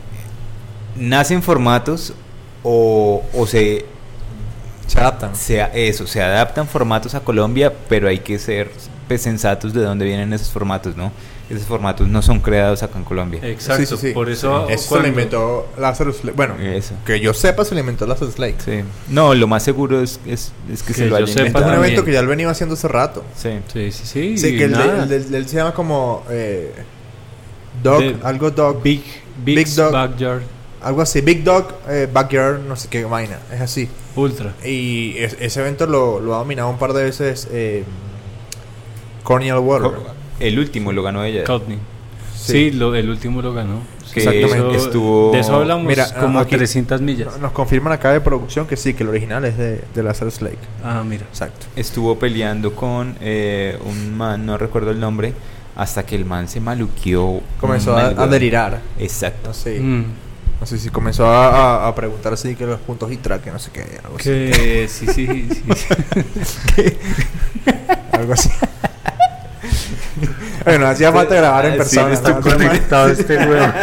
Speaker 3: ¿Nacen formatos o, o se,
Speaker 1: Se adaptan.
Speaker 3: se, a- eso, se adaptan formatos a Colombia, pero hay que ser pues, sensatos de dónde vienen esos formatos, ¿no? Esos formatos no son creados acá en Colombia.
Speaker 2: Exacto,
Speaker 1: Sí, sí, sí.
Speaker 2: por eso,
Speaker 1: Eso se lo
Speaker 2: cuando-
Speaker 1: inventó Lazarus Lake. Bueno,
Speaker 3: Eso.
Speaker 1: que yo sepa, se lo inventó Lazarus Lake.
Speaker 3: Sí. No, lo más seguro es, es, es que,
Speaker 2: Que
Speaker 3: se lo
Speaker 2: yo
Speaker 3: hayan
Speaker 2: sepa
Speaker 1: Este es un
Speaker 3: inventado.
Speaker 2: también.
Speaker 1: evento que ya lo venía haciendo hace rato.
Speaker 3: Sí.
Speaker 2: Sí, sí, sí.
Speaker 1: Sí,
Speaker 2: y
Speaker 1: que el de,
Speaker 2: nada.
Speaker 1: el de- el de él se llama como eh, Dog,
Speaker 2: De-
Speaker 1: algo Dog,
Speaker 2: Big, Big,
Speaker 1: Big Dog.
Speaker 2: Backyard
Speaker 1: algo así, Big Dog eh, Backyard, no sé qué vaina, es así.
Speaker 2: Ultra.
Speaker 1: Y es- ese evento lo, lo ha dominado un par de veces eh, Cornell Water.
Speaker 3: El último lo ganó ella.
Speaker 2: Courtney.
Speaker 1: Sí.
Speaker 2: Sí, lo, el último lo ganó.
Speaker 3: Que
Speaker 1: Exactamente.
Speaker 3: estuvo-
Speaker 2: De eso hablamos
Speaker 1: Mira,
Speaker 2: como
Speaker 1: aquí-
Speaker 2: 300 millas.
Speaker 1: No- Nos confirman acá de producción que sí, que el original es de, de Lazarus Lake.
Speaker 2: Ah, mira.
Speaker 1: Exacto.
Speaker 3: Estuvo peleando con eh, un man, no recuerdo el nombre, hasta que el man se maluqueó.
Speaker 1: Comenzó
Speaker 3: un
Speaker 1: a, a
Speaker 3: malgón.
Speaker 1: delirar.
Speaker 3: Exacto.
Speaker 1: No sé,
Speaker 2: Mm,
Speaker 1: no sé si comenzó a, a- a preguntar así que los puntos y track, que no sé qué, algo así.
Speaker 2: que sí, sí, sí.
Speaker 1: Algo así. bueno, hacía
Speaker 2: Este,
Speaker 1: falta grabar en
Speaker 3: Ah, sí,
Speaker 1: persona.
Speaker 3: estoy
Speaker 1: no, No,
Speaker 2: conectado este huevo.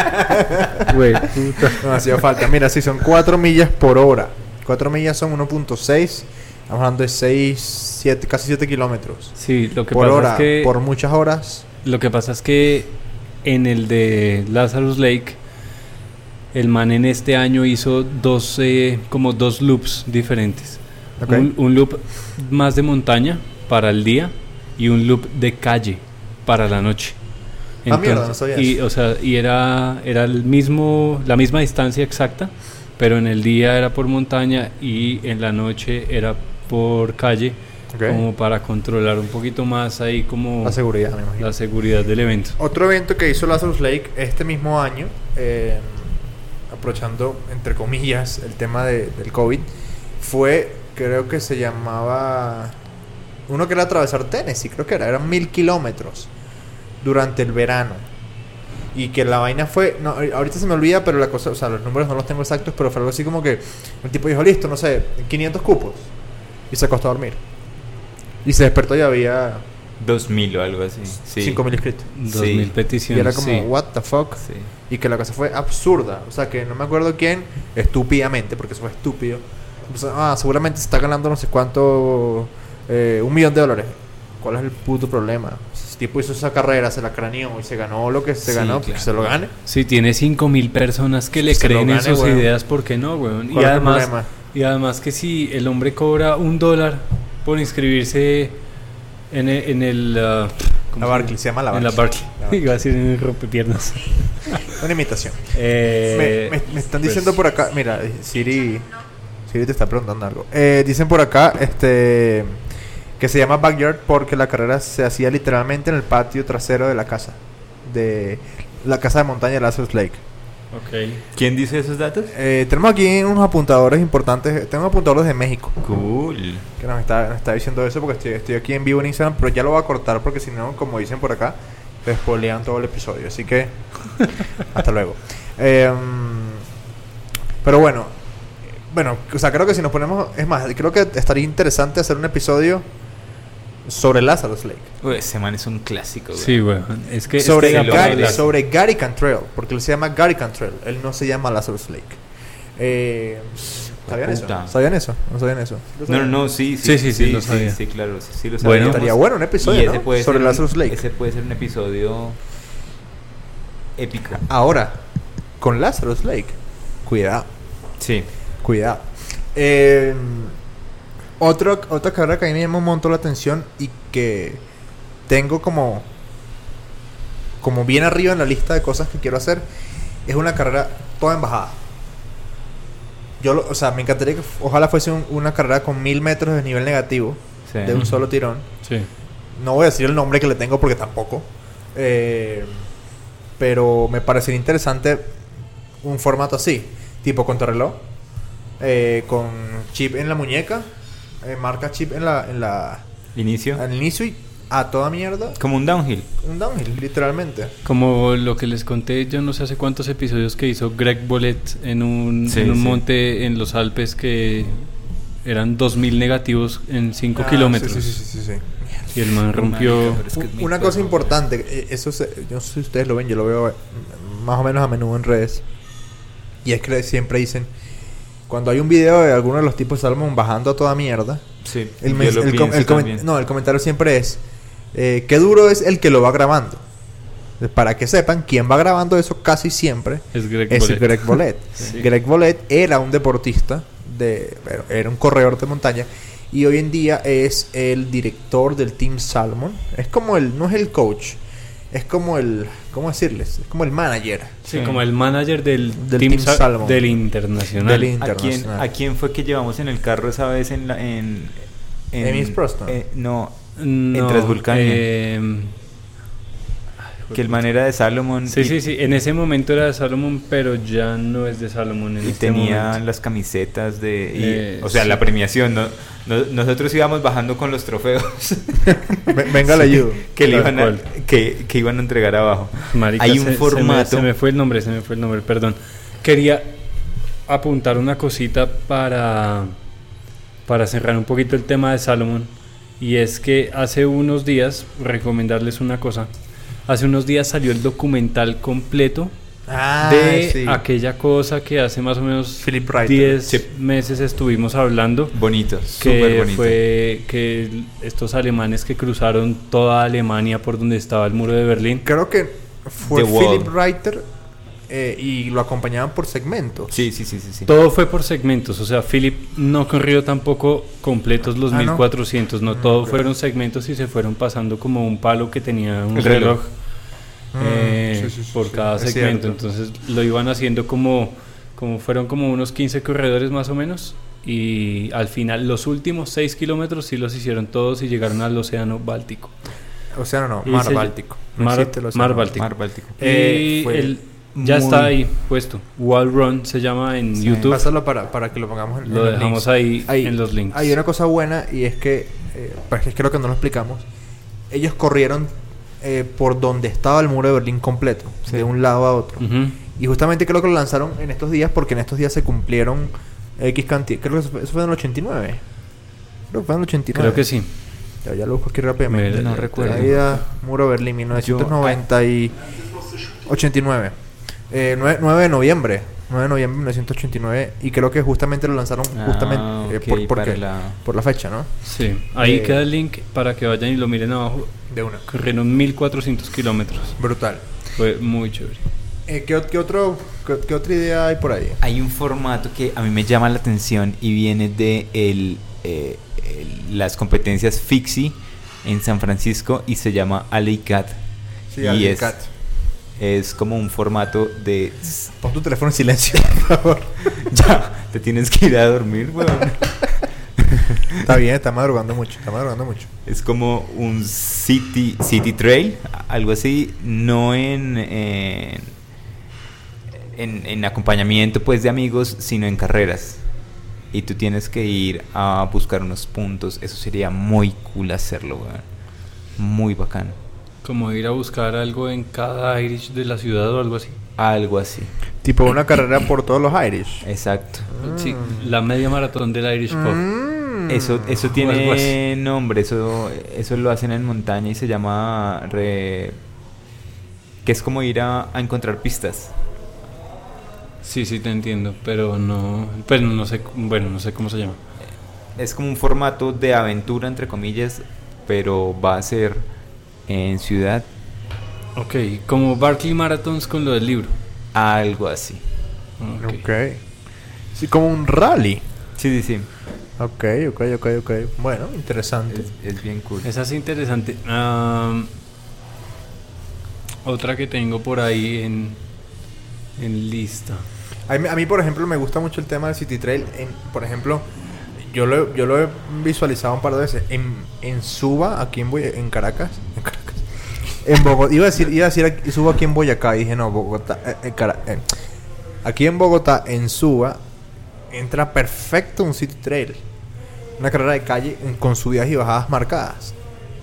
Speaker 2: Güey, puta.
Speaker 1: No, hacía falta. Mira, sí, son 4 millas por hora. 4 millas son 1.6. Estamos hablando de 6, 7, casi 7 kilómetros.
Speaker 2: Sí, lo que
Speaker 1: Por
Speaker 2: pasa
Speaker 1: hora,
Speaker 2: es que
Speaker 1: por muchas horas.
Speaker 2: lo que pasa es que en el de Lazarus Lake el man en este año hizo dos eh, como dos loops diferentes.
Speaker 1: Ok.
Speaker 2: Un, un loop más de montaña para el día y un loop de calle para la noche.
Speaker 1: Ah, mierda, no sabía
Speaker 2: y,
Speaker 1: eso.
Speaker 2: o sea, y era, era el mismo, la misma distancia exacta, pero en el día era por montaña y en la noche era por calle,
Speaker 1: Ok.
Speaker 2: como para controlar un poquito más ahí como
Speaker 1: La seguridad, me imagino.
Speaker 2: la seguridad del evento.
Speaker 1: Otro evento que hizo Lazarus Lake este mismo año, eh, aprovechando entre comillas el tema de- del COVID, fue, creo que se llamaba, uno que era atravesar Tennessee, creo que era, eran mil kilómetros durante el verano. Y que la vaina fue, no, ahor- ahorita se me olvida, pero la cosa, o sea, los números no los tengo exactos, pero fue algo así como que el tipo dijo, listo, no sé, 500 cupos. Y se acostó a dormir. Y se despertó y había
Speaker 3: 2000 o algo así. Sí.
Speaker 1: 5.000 inscritos.
Speaker 2: Dos
Speaker 3: Sí.
Speaker 2: mil
Speaker 1: Y
Speaker 2: peticiones.
Speaker 1: era como,
Speaker 2: sí.
Speaker 1: what the fuck.
Speaker 3: Sí.
Speaker 1: Y que la cosa fue absurda. O sea, que no me acuerdo quién, estúpidamente, porque eso fue estúpido. empezó, ah, seguramente se está ganando no sé cuánto, eh, un millón de dólares. ¿Cuál es el puto problema? Si ese tipo hizo esa carrera, se la craneó y se ganó lo que se
Speaker 3: Sí,
Speaker 1: ganó, pues que
Speaker 3: claro.
Speaker 1: se lo gane.
Speaker 2: Si tiene 5000 personas que le
Speaker 1: Se Pues lo
Speaker 2: creen
Speaker 1: gane,
Speaker 2: en sus
Speaker 1: weón.
Speaker 2: ideas, ¿por qué no, weón?
Speaker 1: ¿Cuál
Speaker 2: Y
Speaker 1: es el
Speaker 2: además,
Speaker 1: problema?
Speaker 2: y además que si el hombre cobra un dólar por inscribirse en el... En el ah,
Speaker 1: La
Speaker 2: ¿cómo se
Speaker 1: Barclay,
Speaker 2: llama?
Speaker 1: se llama la
Speaker 2: En la
Speaker 1: Barclay.
Speaker 2: Barclay.
Speaker 1: La Barclay.
Speaker 2: Iba a decir en el rompepiernas.
Speaker 1: Una imitación.
Speaker 2: Eh,
Speaker 1: me, me- me están
Speaker 2: pues,
Speaker 1: diciendo por acá, mira, eh, Siri, Siri te está preguntando algo. Eh, dicen por acá, este, que se llama backyard porque la carrera se hacía literalmente en el patio trasero de la casa, de la casa de montaña de Lazarus Lake.
Speaker 2: Ok.
Speaker 3: ¿Quién dice esos datos?
Speaker 1: Eh, tenemos aquí unos apuntadores importantes, tengo apuntadores de México.
Speaker 3: Cool.
Speaker 1: Que nos está, nos está diciendo eso porque estoy, estoy aquí en vivo en Instagram, pero ya lo voy a cortar porque si no, como dicen por acá, Te spoilean todo el episodio, así que hasta luego. Eh, pero bueno, bueno, o sea, creo que si nos ponemos, es más, creo que estaría interesante hacer un episodio sobre Lazarus Lake.
Speaker 3: Uy, ese man es un clásico, güey.
Speaker 2: Sí, weón. Es que es
Speaker 1: sobre,
Speaker 2: que se lo
Speaker 1: Gary,
Speaker 2: bailas.
Speaker 1: sobre Gary Cantrell, porque él se llama Gary Cantrell, él no se llama Lazarus Lake. Eh, ¿Sabían eso?
Speaker 3: Puta.
Speaker 1: ¿Sabían eso? ¿No sabían eso?
Speaker 3: No, no, no, sí,
Speaker 2: Sí, sí, sí, lo sabía.
Speaker 3: sí, claro, sí, sí lo
Speaker 2: Bueno.
Speaker 3: sabíamos.
Speaker 1: Estaría bueno un episodio,
Speaker 3: Y ese
Speaker 1: ¿no?
Speaker 3: puede
Speaker 1: Sobre
Speaker 3: ser un-
Speaker 1: Lazarus Lake.
Speaker 3: Ese puede ser un episodio épico.
Speaker 1: Ahora, con Lazarus Lake, cuidado,
Speaker 3: Sí.
Speaker 1: cuidado. Eh, otro, otra carrera que a mí me llama un montón la atención y que tengo como, como bien arriba en la lista de cosas que quiero hacer es una carrera toda en bajada. Yo, lo- o sea, me encantaría que ojalá fuese un- una carrera con mil metros de nivel negativo
Speaker 3: sí.
Speaker 1: de un solo tirón.
Speaker 2: Sí.
Speaker 1: No voy a decir el nombre que le tengo porque tampoco. Eh, pero me parecería interesante un formato así, tipo contrarreloj, eh, con chip en la muñeca, eh, marca chip en la, en la
Speaker 3: Inicio.
Speaker 1: al inicio y a toda mierda,
Speaker 3: Como un downhill.
Speaker 1: un downhill, literalmente.
Speaker 2: Como lo que les conté, yo no sé hace cuántos episodios que hizo Greg Bolet en un,
Speaker 3: Sí,
Speaker 2: en un
Speaker 3: sí.
Speaker 2: monte en los Alpes que eran 2.000 negativos en 5
Speaker 1: Ah,
Speaker 2: kilómetros.
Speaker 1: sí, sí, sí, sí, sí.
Speaker 2: Y el man rompió...
Speaker 3: Marica, pero es que es
Speaker 1: Un-
Speaker 3: muy
Speaker 1: Una
Speaker 3: perro,
Speaker 1: cosa importante, eh, eso se- yo no sé si ustedes lo ven, yo lo veo eh, más o menos a menudo en redes. Y es que siempre dicen, cuando hay un video de alguno de los tipos de Salmon bajando a toda mierda,
Speaker 3: güey. Sí.
Speaker 1: el,
Speaker 3: yo
Speaker 1: mes-
Speaker 3: lo
Speaker 1: el com-
Speaker 3: pienso
Speaker 1: el comen-
Speaker 3: también.
Speaker 1: no, el comentario siempre es, eh, qué duro es el que lo va grabando. Para que sepan, quien va grabando eso casi siempre
Speaker 2: Es Greg
Speaker 1: es
Speaker 2: Bolet.
Speaker 1: Greg Bolet.
Speaker 2: Sí.
Speaker 1: Greg Bolet era un deportista, de, bueno, era un corredor de montaña y hoy en día es el director del Team Salmon. Es como el, no es el coach, es como el, ¿cómo decirles? Es como el manager
Speaker 2: Sí,
Speaker 3: Sí.
Speaker 2: como el manager del,
Speaker 1: Del
Speaker 2: Team
Speaker 1: Team
Speaker 2: Sa-
Speaker 1: Salmon.
Speaker 2: Del internacional.
Speaker 1: del
Speaker 3: ¿A quién,
Speaker 1: internacional.
Speaker 3: ¿A quién fue que llevamos en el carro esa vez en la, en, en
Speaker 1: Emmys Proston.
Speaker 3: eh, no,
Speaker 2: Mm, No,
Speaker 3: en Transvulcania.
Speaker 2: eh,
Speaker 3: que el manera de Salomon
Speaker 2: sí,
Speaker 3: y,
Speaker 2: sí, sí. En ese momento era de Salomon, pero ya no es de Salomon en
Speaker 3: y
Speaker 2: este
Speaker 3: tenía
Speaker 2: momento.
Speaker 3: las camisetas de y-
Speaker 2: Eh,
Speaker 3: o sea,
Speaker 2: sí.
Speaker 3: la premiación, ¿no? No- nosotros íbamos bajando con los trofeos.
Speaker 1: Ve- venga, le ayudo.
Speaker 3: que
Speaker 2: Tal
Speaker 3: le iban a,
Speaker 2: cual.
Speaker 3: que, que iban a entregar abajo.
Speaker 2: Marica,
Speaker 3: Hay
Speaker 2: se-
Speaker 3: un
Speaker 2: se me-
Speaker 3: formato.
Speaker 2: Se me, fue el nombre, se me fue el nombre, perdón. Quería apuntar una cosita para, para cerrar un poquito el tema de Salomon. Y es que hace unos días, recomendarles una cosa. Hace unos días salió el documental completo
Speaker 1: Ah,
Speaker 2: de
Speaker 1: sí.
Speaker 2: aquella cosa que hace más o menos
Speaker 1: Philip Reiter.
Speaker 2: 10
Speaker 3: Sí.
Speaker 2: meses estuvimos hablando
Speaker 3: bonito, súper
Speaker 2: que
Speaker 3: bonito.
Speaker 2: fue que estos alemanes que cruzaron toda Alemania por donde estaba el muro de Berlín
Speaker 1: Creo que fue
Speaker 3: The Wall.
Speaker 1: Philip Reiter eh, y lo acompañaban por segmentos.
Speaker 3: Sí, sí, sí, sí, sí.
Speaker 2: Todo fue por segmentos, o sea, Philip no corrió tampoco completos los
Speaker 1: Ah, ¿no?
Speaker 2: 1400, no,
Speaker 1: Mm,
Speaker 2: todo
Speaker 1: ok.
Speaker 2: fueron segmentos y se fueron pasando como un palo que tenía un
Speaker 3: El
Speaker 2: reloj,
Speaker 3: reloj.
Speaker 1: Mm,
Speaker 2: eh,
Speaker 1: sí, sí, sí,
Speaker 2: por
Speaker 1: sí,
Speaker 2: cada
Speaker 1: es
Speaker 2: segmento,
Speaker 1: cierto.
Speaker 2: entonces lo iban haciendo como, como fueron como unos 15 corredores más o menos y al final los últimos 6 kilómetros sí los hicieron todos y llegaron al océano Báltico.
Speaker 1: O sea, no,
Speaker 2: Y
Speaker 1: no, Mar
Speaker 2: se-
Speaker 1: Báltico. No
Speaker 2: Mar-
Speaker 1: existe el océano.
Speaker 2: Mar Báltico.
Speaker 3: Mar Báltico.
Speaker 1: Eh,
Speaker 2: y
Speaker 1: fue
Speaker 2: el- ya
Speaker 1: muy-
Speaker 2: está ahí puesto, Wall Run se llama en
Speaker 3: Sí.
Speaker 2: YouTube.
Speaker 1: Pásalo para, para que lo pongamos en, en
Speaker 2: Lo
Speaker 1: los
Speaker 2: dejamos
Speaker 1: links.
Speaker 2: ahí, en los links.
Speaker 1: Hay una cosa buena y es que, eh, pero es que creo que no lo explicamos. Ellos corrieron eh, por donde estaba el muro de Berlín completo,
Speaker 3: Sí.
Speaker 1: de un lado a otro.
Speaker 2: Ujú.
Speaker 1: Y justamente creo que lo lanzaron en estos días porque en estos días se cumplieron X cantidad. Creo que eso fue, eso fue en el 89. Creo que fue en el 89.
Speaker 2: Creo que sí.
Speaker 1: Ya, ya lo busco aquí rápidamente.
Speaker 2: Mira,
Speaker 3: no recuerdo.
Speaker 1: Traída, Muro Berlín, 1990 y 89. Eh, 9, de noviembre. 9 de noviembre de 1989. Y creo que justamente lo lanzaron
Speaker 3: Ah,
Speaker 1: justamente eh,
Speaker 3: ok,
Speaker 1: por, porque-
Speaker 3: para la-
Speaker 1: por la fecha, ¿no?
Speaker 2: Sí, ahí
Speaker 1: Eh,
Speaker 2: queda el link para que vayan y lo miren abajo.
Speaker 1: De una.
Speaker 2: Corrieron 1400 kilómetros.
Speaker 1: Brutal.
Speaker 2: Fue muy chévere.
Speaker 1: Eh, ¿qué, ot- qué otro, qué, qué otra idea hay por ahí?
Speaker 3: Hay un formato que a mí me llama la atención y viene de el, eh, el- las competencias Fixie en San Francisco y se llama Alley Cat.
Speaker 1: Sí,
Speaker 3: Y
Speaker 1: Alvin
Speaker 3: es-
Speaker 1: Cat.
Speaker 3: Es como un formato de...
Speaker 1: Pon tu teléfono en silencio, por favor.
Speaker 3: ya, te tienes que ir a dormir, weón.
Speaker 1: está bien, está madrugando mucho. Está madrugando mucho.
Speaker 3: Es como un city, city trail, algo así, no en, en, en- en acompañamiento pues de amigos, sino en carreras. Y tú tienes que ir a buscar unos puntos, eso sería muy cool hacerlo, weón. Muy bacán.
Speaker 2: Como ir a buscar algo en cada Irish de la ciudad o algo así.
Speaker 3: Algo así.
Speaker 1: Tipo una carrera por todos los Irish.
Speaker 3: Exacto.
Speaker 2: Sí, la media maratón del Irish Pop.
Speaker 1: Mm.
Speaker 3: Eso, eso
Speaker 2: O Hmm. algo
Speaker 3: tiene
Speaker 2: así.
Speaker 3: nombre, eso, eso lo hacen en montaña y se llama re- que es como ir a, a encontrar pistas.
Speaker 2: Sí, sí, te entiendo, pero no, pero no sé, bueno, no sé cómo se llama.
Speaker 3: Es como un formato de aventura entre comillas, pero va a ser en ciudad
Speaker 2: Ok, como Barclay Marathons con lo del libro.
Speaker 3: algo así.
Speaker 2: Ok.
Speaker 1: Ok. Sí, como un rally.
Speaker 3: Sí, sí, sí.
Speaker 1: Ok, ok, ok, ok. Bueno, interesante.
Speaker 3: Es, es bien cool.
Speaker 2: Esa es interesante. Am, otra que tengo por ahí en, en lista.
Speaker 1: A mí, a mí, por ejemplo, me gusta mucho el tema del City Trail. En, por ejemplo, yo lo, yo lo he visualizado un par de veces. En, en Suba, aquí en, Boy- en Caracas. En Caracas. En Bogotá. Iba a decir, iba a decir aquí- Suba aquí en Boyacá. Y dije, no, Bogotá. eh, eh, Cara- eh. Aquí en Bogotá, en Suba, entra perfecto un City Trail. Una carrera de calle eh, con subidas y bajadas marcadas.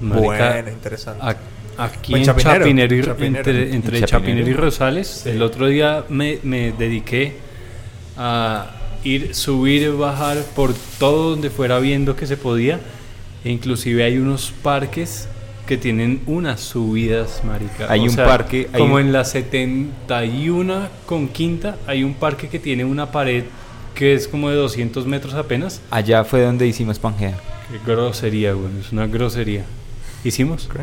Speaker 2: Marica,
Speaker 1: Buena, interesante.
Speaker 2: a- aquí
Speaker 1: En
Speaker 2: en
Speaker 1: Pues Chapinero,
Speaker 2: Chapinero, y-
Speaker 1: Chapinero.
Speaker 2: entre, entre
Speaker 3: En Chapinero.
Speaker 2: Chapinero y Rosales,
Speaker 1: Sí.
Speaker 2: el otro día me, me dediqué a ir, subir, bajar por todo donde fuera viendo que se podía. E inclusive hay unos parques que tienen unas subidas, marica.
Speaker 3: Hay un parque, hay
Speaker 2: como
Speaker 3: un-
Speaker 2: en la 71 con quinta, hay un parque que tiene una pared que es como de 200 metros apenas.
Speaker 3: Allá fue donde hicimos Pangea.
Speaker 2: Qué grosería, güey. Es una grosería. ¿Hicimos?
Speaker 1: Ok.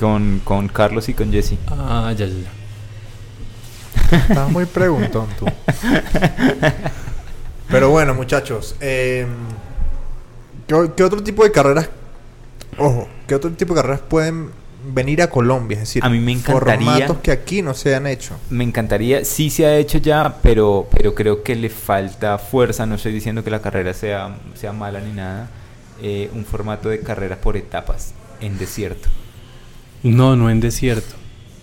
Speaker 3: Con, con Carlos y con Jesse.
Speaker 2: Ah, ya, ya, ya.
Speaker 1: Estás muy preguntón tú. Pero bueno, muchachos. eh, ¿qué, qué otro tipo de carreras? Ojo, ¿qué otro tipo de carreras pueden venir a Colombia? Es decir,
Speaker 3: A mí me encantaría-
Speaker 1: formatos que aquí no se han hecho.
Speaker 3: Me encantaría, sí se ha hecho ya, pero, pero creo que le falta fuerza. No estoy diciendo que la carrera sea, sea mala ni nada. Eh, un formato de carrera por etapas en desierto.
Speaker 2: No, no en desierto.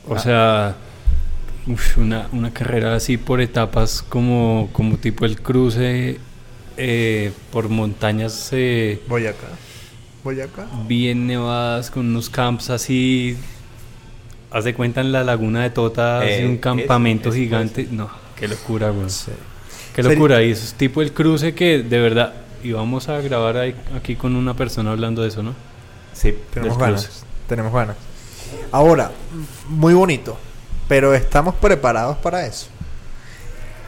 Speaker 2: O
Speaker 3: Ah.
Speaker 2: sea, uf, una, una carrera así por etapas como, como tipo el cruce eh, por montañas eh,
Speaker 1: Boyacá. Boyacá.
Speaker 2: bien nevadas con unos camps así. Haz de cuenta en la laguna de Tota, así
Speaker 3: Eh,
Speaker 2: un
Speaker 3: eso,
Speaker 2: campamento
Speaker 3: eso,
Speaker 2: gigante. No, qué locura, güey.
Speaker 1: Sí.
Speaker 2: Qué
Speaker 1: Sería-
Speaker 2: locura. Y eso es tipo el cruce que de verdad. Y vamos a grabar ahí- aquí con una persona hablando de eso, ¿no?
Speaker 3: Sí,
Speaker 1: Tenemos
Speaker 2: Del
Speaker 1: ganas.
Speaker 2: cruce.
Speaker 1: Tenemos ganas. Ahora, m- muy bonito. Pero estamos preparados para eso.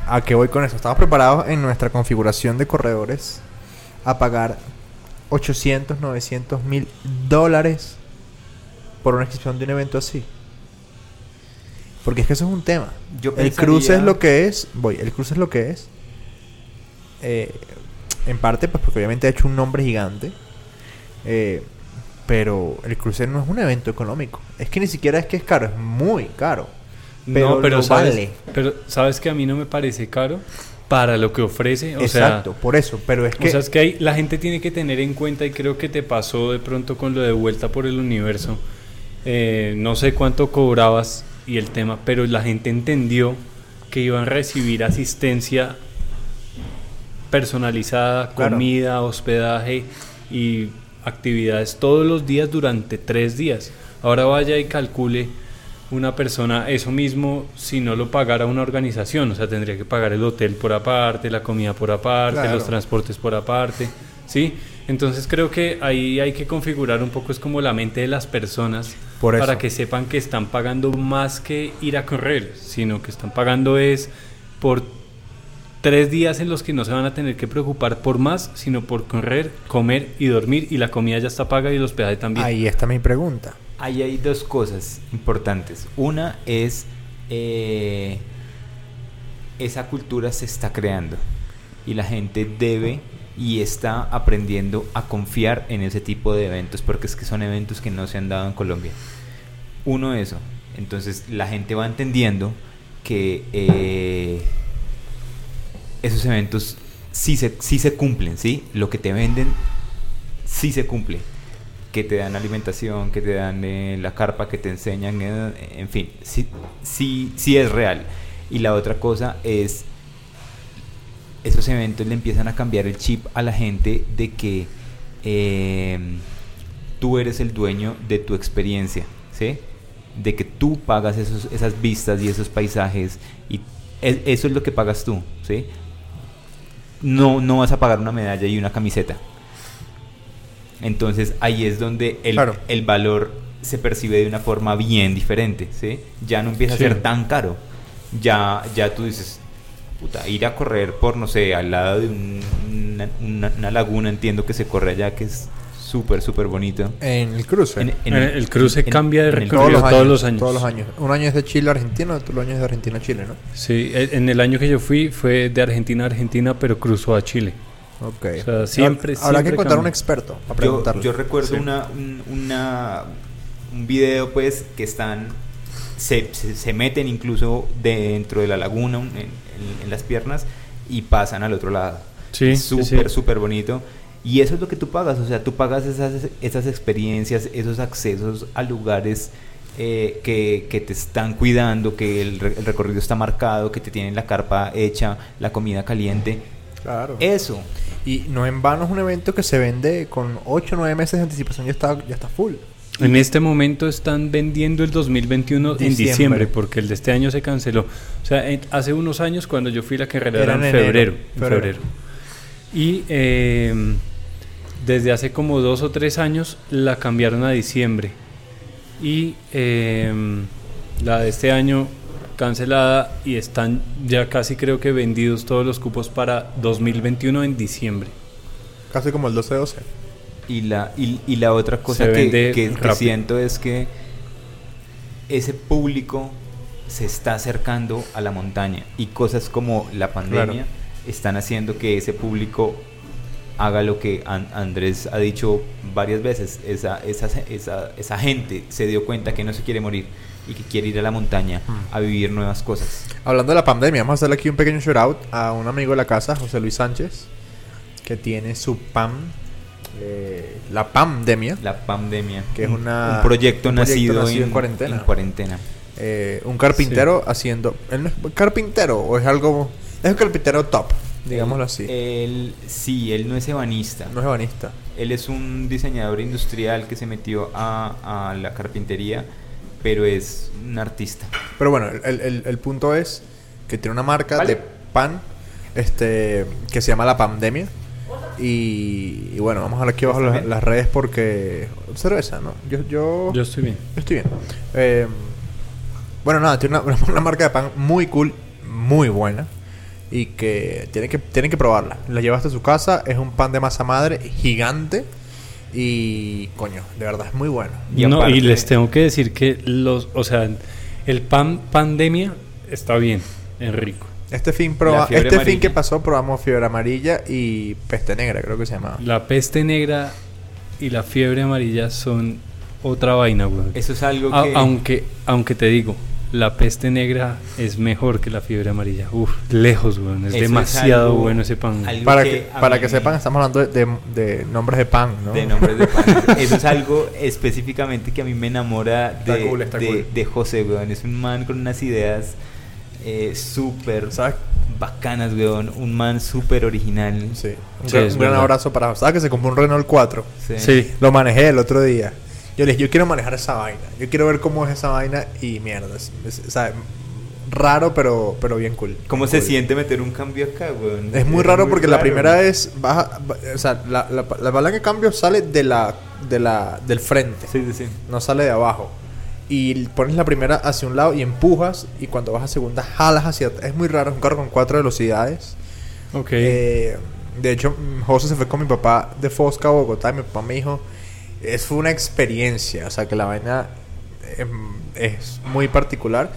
Speaker 1: ¿A qué voy con eso? Estamos preparados en nuestra configuración de corredores a pagar 800, 900 mil dólares por una inscripción de un evento así. Porque es que eso es un tema.
Speaker 3: Yo
Speaker 1: el
Speaker 3: pensaría-
Speaker 1: cruce es lo que es. Voy, el cruce es lo que es. Eh, en parte, pues porque obviamente ha hecho un nombre gigante. Eh, pero el cruce no es un evento económico. Es que ni siquiera es que es caro, es muy caro. Pero
Speaker 2: no, pero
Speaker 1: lo
Speaker 2: sabes,
Speaker 1: vale.
Speaker 2: pero sabes que a mí no me parece caro para lo que ofrece. O
Speaker 1: Exacto,
Speaker 2: Sea,
Speaker 1: por eso. Pero es que.
Speaker 2: O sea, es que ahí la gente tiene que tener en cuenta, y creo que te pasó de pronto con lo de vuelta por el universo. eh, no sé cuánto cobrabas y el tema, pero la gente entendió que iban a recibir asistencia personalizada,
Speaker 1: Claro.
Speaker 2: comida, hospedaje y actividades todos los días durante tres días. Ahora vaya y calcule una persona eso mismo si no lo pagara una organización, o sea, tendría que pagar el hotel por aparte, la comida por aparte,
Speaker 1: Claro.
Speaker 2: los transportes por aparte, ¿sí? Entonces creo que ahí hay que configurar un poco, es como la mente de las personas
Speaker 1: Por eso.
Speaker 2: para que sepan que están pagando más que ir a correr, sino que están pagando es por tres días en los que no se van a tener que preocupar por más, sino por correr, comer y dormir, y la comida ya está paga y el hospedaje también.
Speaker 1: Ahí está mi pregunta.
Speaker 3: Ahí hay dos cosas importantes. Una es eh, esa cultura se está creando y la gente debe y está aprendiendo a confiar en ese tipo de eventos porque es que son eventos que no se han dado en Colombia. Uno eso. Entonces la gente va entendiendo que eh, esos eventos sí se, sí se cumplen, ¿sí? Lo que te venden sí se cumple. Que te dan alimentación, que te dan eh, la carpa, que te enseñan, eh, en fin, sí, sí, sí es real. Y la otra cosa es, esos eventos le empiezan a cambiar el chip a la gente de que eh, tú eres el dueño de tu experiencia, ¿sí? de que tú pagas esos, esas vistas y esos paisajes y es- eso es lo que pagas tú, ¿sí? No, no vas a pagar una medalla y una camiseta. Entonces ahí es donde el,
Speaker 1: Claro.
Speaker 3: el valor se percibe de una forma bien diferente, ¿sí? Ya no empieza
Speaker 2: Sí.
Speaker 3: a ser tan caro. Ya, ya tú dices, puta, ir a correr por, no sé, al lado de un- una, una- una laguna, entiendo que se corre allá, que es súper, súper bonito.
Speaker 1: En el cruce.
Speaker 3: En- en
Speaker 2: Eh, el cruce cambia de
Speaker 3: en el
Speaker 2: recorrido.
Speaker 1: todos, los años,
Speaker 2: todos
Speaker 1: todos
Speaker 2: los años.
Speaker 1: los años. Un año es de Chile a Argentina, otro año es de Argentina a Chile, ¿no?
Speaker 2: Sí, e- en el año que yo fui fue de Argentina a Argentina, pero cruzó a Chile.
Speaker 1: Ok.
Speaker 2: O sea, siempre-
Speaker 1: Habrá habrá
Speaker 2: siempre
Speaker 1: que encontrar un
Speaker 2: cambia.
Speaker 1: experto para
Speaker 3: Yo,
Speaker 1: preguntarle.
Speaker 3: yo
Speaker 2: Sí.
Speaker 3: recuerdo una, un, una- un video pues que están se, se- se meten incluso dentro de la laguna un- en, en- en las piernas y pasan al otro lado.
Speaker 2: Sí,
Speaker 3: Es
Speaker 2: sí,
Speaker 3: súper
Speaker 2: sí.
Speaker 3: súper bonito. Y eso es lo que tú pagas, o sea, tú pagas esas, esas experiencias, esos accesos a lugares eh, que, que te están cuidando, que el, re- el recorrido está marcado, que te tienen la carpa hecha, la comida caliente.
Speaker 1: Claro.
Speaker 3: Eso.
Speaker 1: Y no en vano es un evento que se vende con 8 o 9 meses de anticipación, ya está, ya está full.
Speaker 2: En este momento están vendiendo el 2021
Speaker 1: Diciembre.
Speaker 2: en diciembre, porque el de este año se canceló. O sea, en- hace unos años cuando yo fui la carrera
Speaker 1: Era
Speaker 2: era,
Speaker 1: en
Speaker 2: en
Speaker 1: enero,
Speaker 2: febrero. en
Speaker 1: febrero.
Speaker 2: febrero. Y eh, desde hace como dos o tres años la cambiaron a diciembre. Y eh, la de este año cancelada y están ya casi creo que vendidos todos los cupos para 2021 en diciembre.
Speaker 1: Casi como el 12-12.
Speaker 3: Y la, y, y la otra cosa
Speaker 2: Se
Speaker 3: que,
Speaker 2: vende
Speaker 3: que- que
Speaker 2: rápido.
Speaker 3: siento es que ese público se está acercando a la montaña y cosas como la pandemia
Speaker 1: Claro.
Speaker 3: están haciendo que ese público haga lo que An- Andrés ha dicho varias veces, esa, esa, esa, esa gente se dio cuenta que no se quiere morir y que quiere ir a la montaña
Speaker 2: Hmm.
Speaker 1: Mm.
Speaker 3: a vivir nuevas cosas.
Speaker 1: Hablando de la pandemia, vamos a hacerle aquí un pequeño shout out a un amigo de la casa, José Luis Sánchez, que tiene su PAM, eh, la pandemia,
Speaker 3: La pandemia,
Speaker 1: Que es
Speaker 3: un-
Speaker 1: una-
Speaker 3: un proyecto
Speaker 1: un proyecto
Speaker 3: nacido,
Speaker 1: nacido en
Speaker 3: en
Speaker 1: cuarentena.
Speaker 3: en cuarentena.
Speaker 1: eh, un carpintero haciendo. ¿Él no es carpintero o es algo.? Es un carpintero top, digámoslo
Speaker 3: Él-
Speaker 1: así.
Speaker 3: Él, sí, él no es ebanista.
Speaker 1: no es banista.
Speaker 3: Él es un diseñador industrial que se metió a, a la carpintería, pero es un artista.
Speaker 1: Pero bueno, el, el- el punto es que tiene una marca
Speaker 3: Vale.
Speaker 1: de pan este que se llama La Pandemia. Y, y bueno, vamos a ver aquí abajo
Speaker 3: ¿Está
Speaker 1: las,
Speaker 3: bien?
Speaker 1: las redes porque... Cerveza, ¿no? Yo, yo,
Speaker 2: Yo estoy bien.
Speaker 1: yo estoy bien. Eh, bueno, nada, tiene una, una marca de pan muy cool, muy buena. Y que tienen que, tienen que probarla. La llevaste a su casa, es un pan de masa madre gigante. Y coño, de verdad es muy bueno.
Speaker 3: Y
Speaker 2: no,
Speaker 3: aparte-
Speaker 2: y les tengo que decir que los, o sea, el pan pandemia está bien, es rico.
Speaker 1: Este fin proba-
Speaker 3: La fiebre
Speaker 1: este fin
Speaker 3: amarilla.
Speaker 1: que pasó probamos fiebre amarilla y peste negra, creo que se llamaba.
Speaker 2: La peste negra y la fiebre amarilla son otra vaina, güey.
Speaker 3: Eso es algo
Speaker 2: A-
Speaker 1: Ah,
Speaker 3: que...
Speaker 2: aunque, aunque te digo, la peste negra es mejor que la fiebre amarilla. Uf, lejos, güey. Es
Speaker 3: Eso es
Speaker 2: demasiado
Speaker 3: algo-
Speaker 2: bueno ese pan. güey.
Speaker 3: algo
Speaker 1: Para
Speaker 3: que
Speaker 1: que,
Speaker 3: a
Speaker 1: para
Speaker 3: mí-
Speaker 1: que sepan, estamos hablando de, de- de nombres de pan, ¿no?
Speaker 3: De nombres de pan. Eso es algo específicamente que a mí me enamora de,
Speaker 1: Está cool, está
Speaker 3: de-
Speaker 1: cool.
Speaker 3: de José, weón. Es un man con unas ideas eh, súper
Speaker 1: ¿Sabes?
Speaker 3: bacanas, weón. Un man súper original.
Speaker 1: Sí. Un,
Speaker 2: Sí,
Speaker 1: gran,
Speaker 2: es
Speaker 1: un gran
Speaker 2: verdad.
Speaker 1: abrazo para... ¿Sabes que se compró un Renault 4?
Speaker 3: Sí.
Speaker 2: Sí.
Speaker 1: Lo manejé el otro día. Yo les yo quiero manejar esa vaina. Yo quiero ver cómo es esa vaina y mierda. es- es- o sea, raro, pero, pero bien cool.
Speaker 3: ¿Cómo
Speaker 1: Bien
Speaker 3: se
Speaker 1: cool.
Speaker 3: siente meter un cambio acá, weón?
Speaker 1: Es muy raro porque la
Speaker 3: raro.
Speaker 1: primera vez baja... ba- O sea, la, la, la palanca de cambio sale de la, de la, del frente.
Speaker 3: Sí, sí, sí.
Speaker 1: no sale de abajo. Y l- pones la primera hacia un lado y empujas. Y cuando vas a segunda, jalas hacia. at- Es muy raro, es un carro con cuatro velocidades.
Speaker 2: Ok.
Speaker 1: Eh, de hecho, mm, José se fue con mi papá de Fosca a Bogotá. Y mi papá me dijo: Es fue una experiencia. O sea, que la vaina em, es muy particular.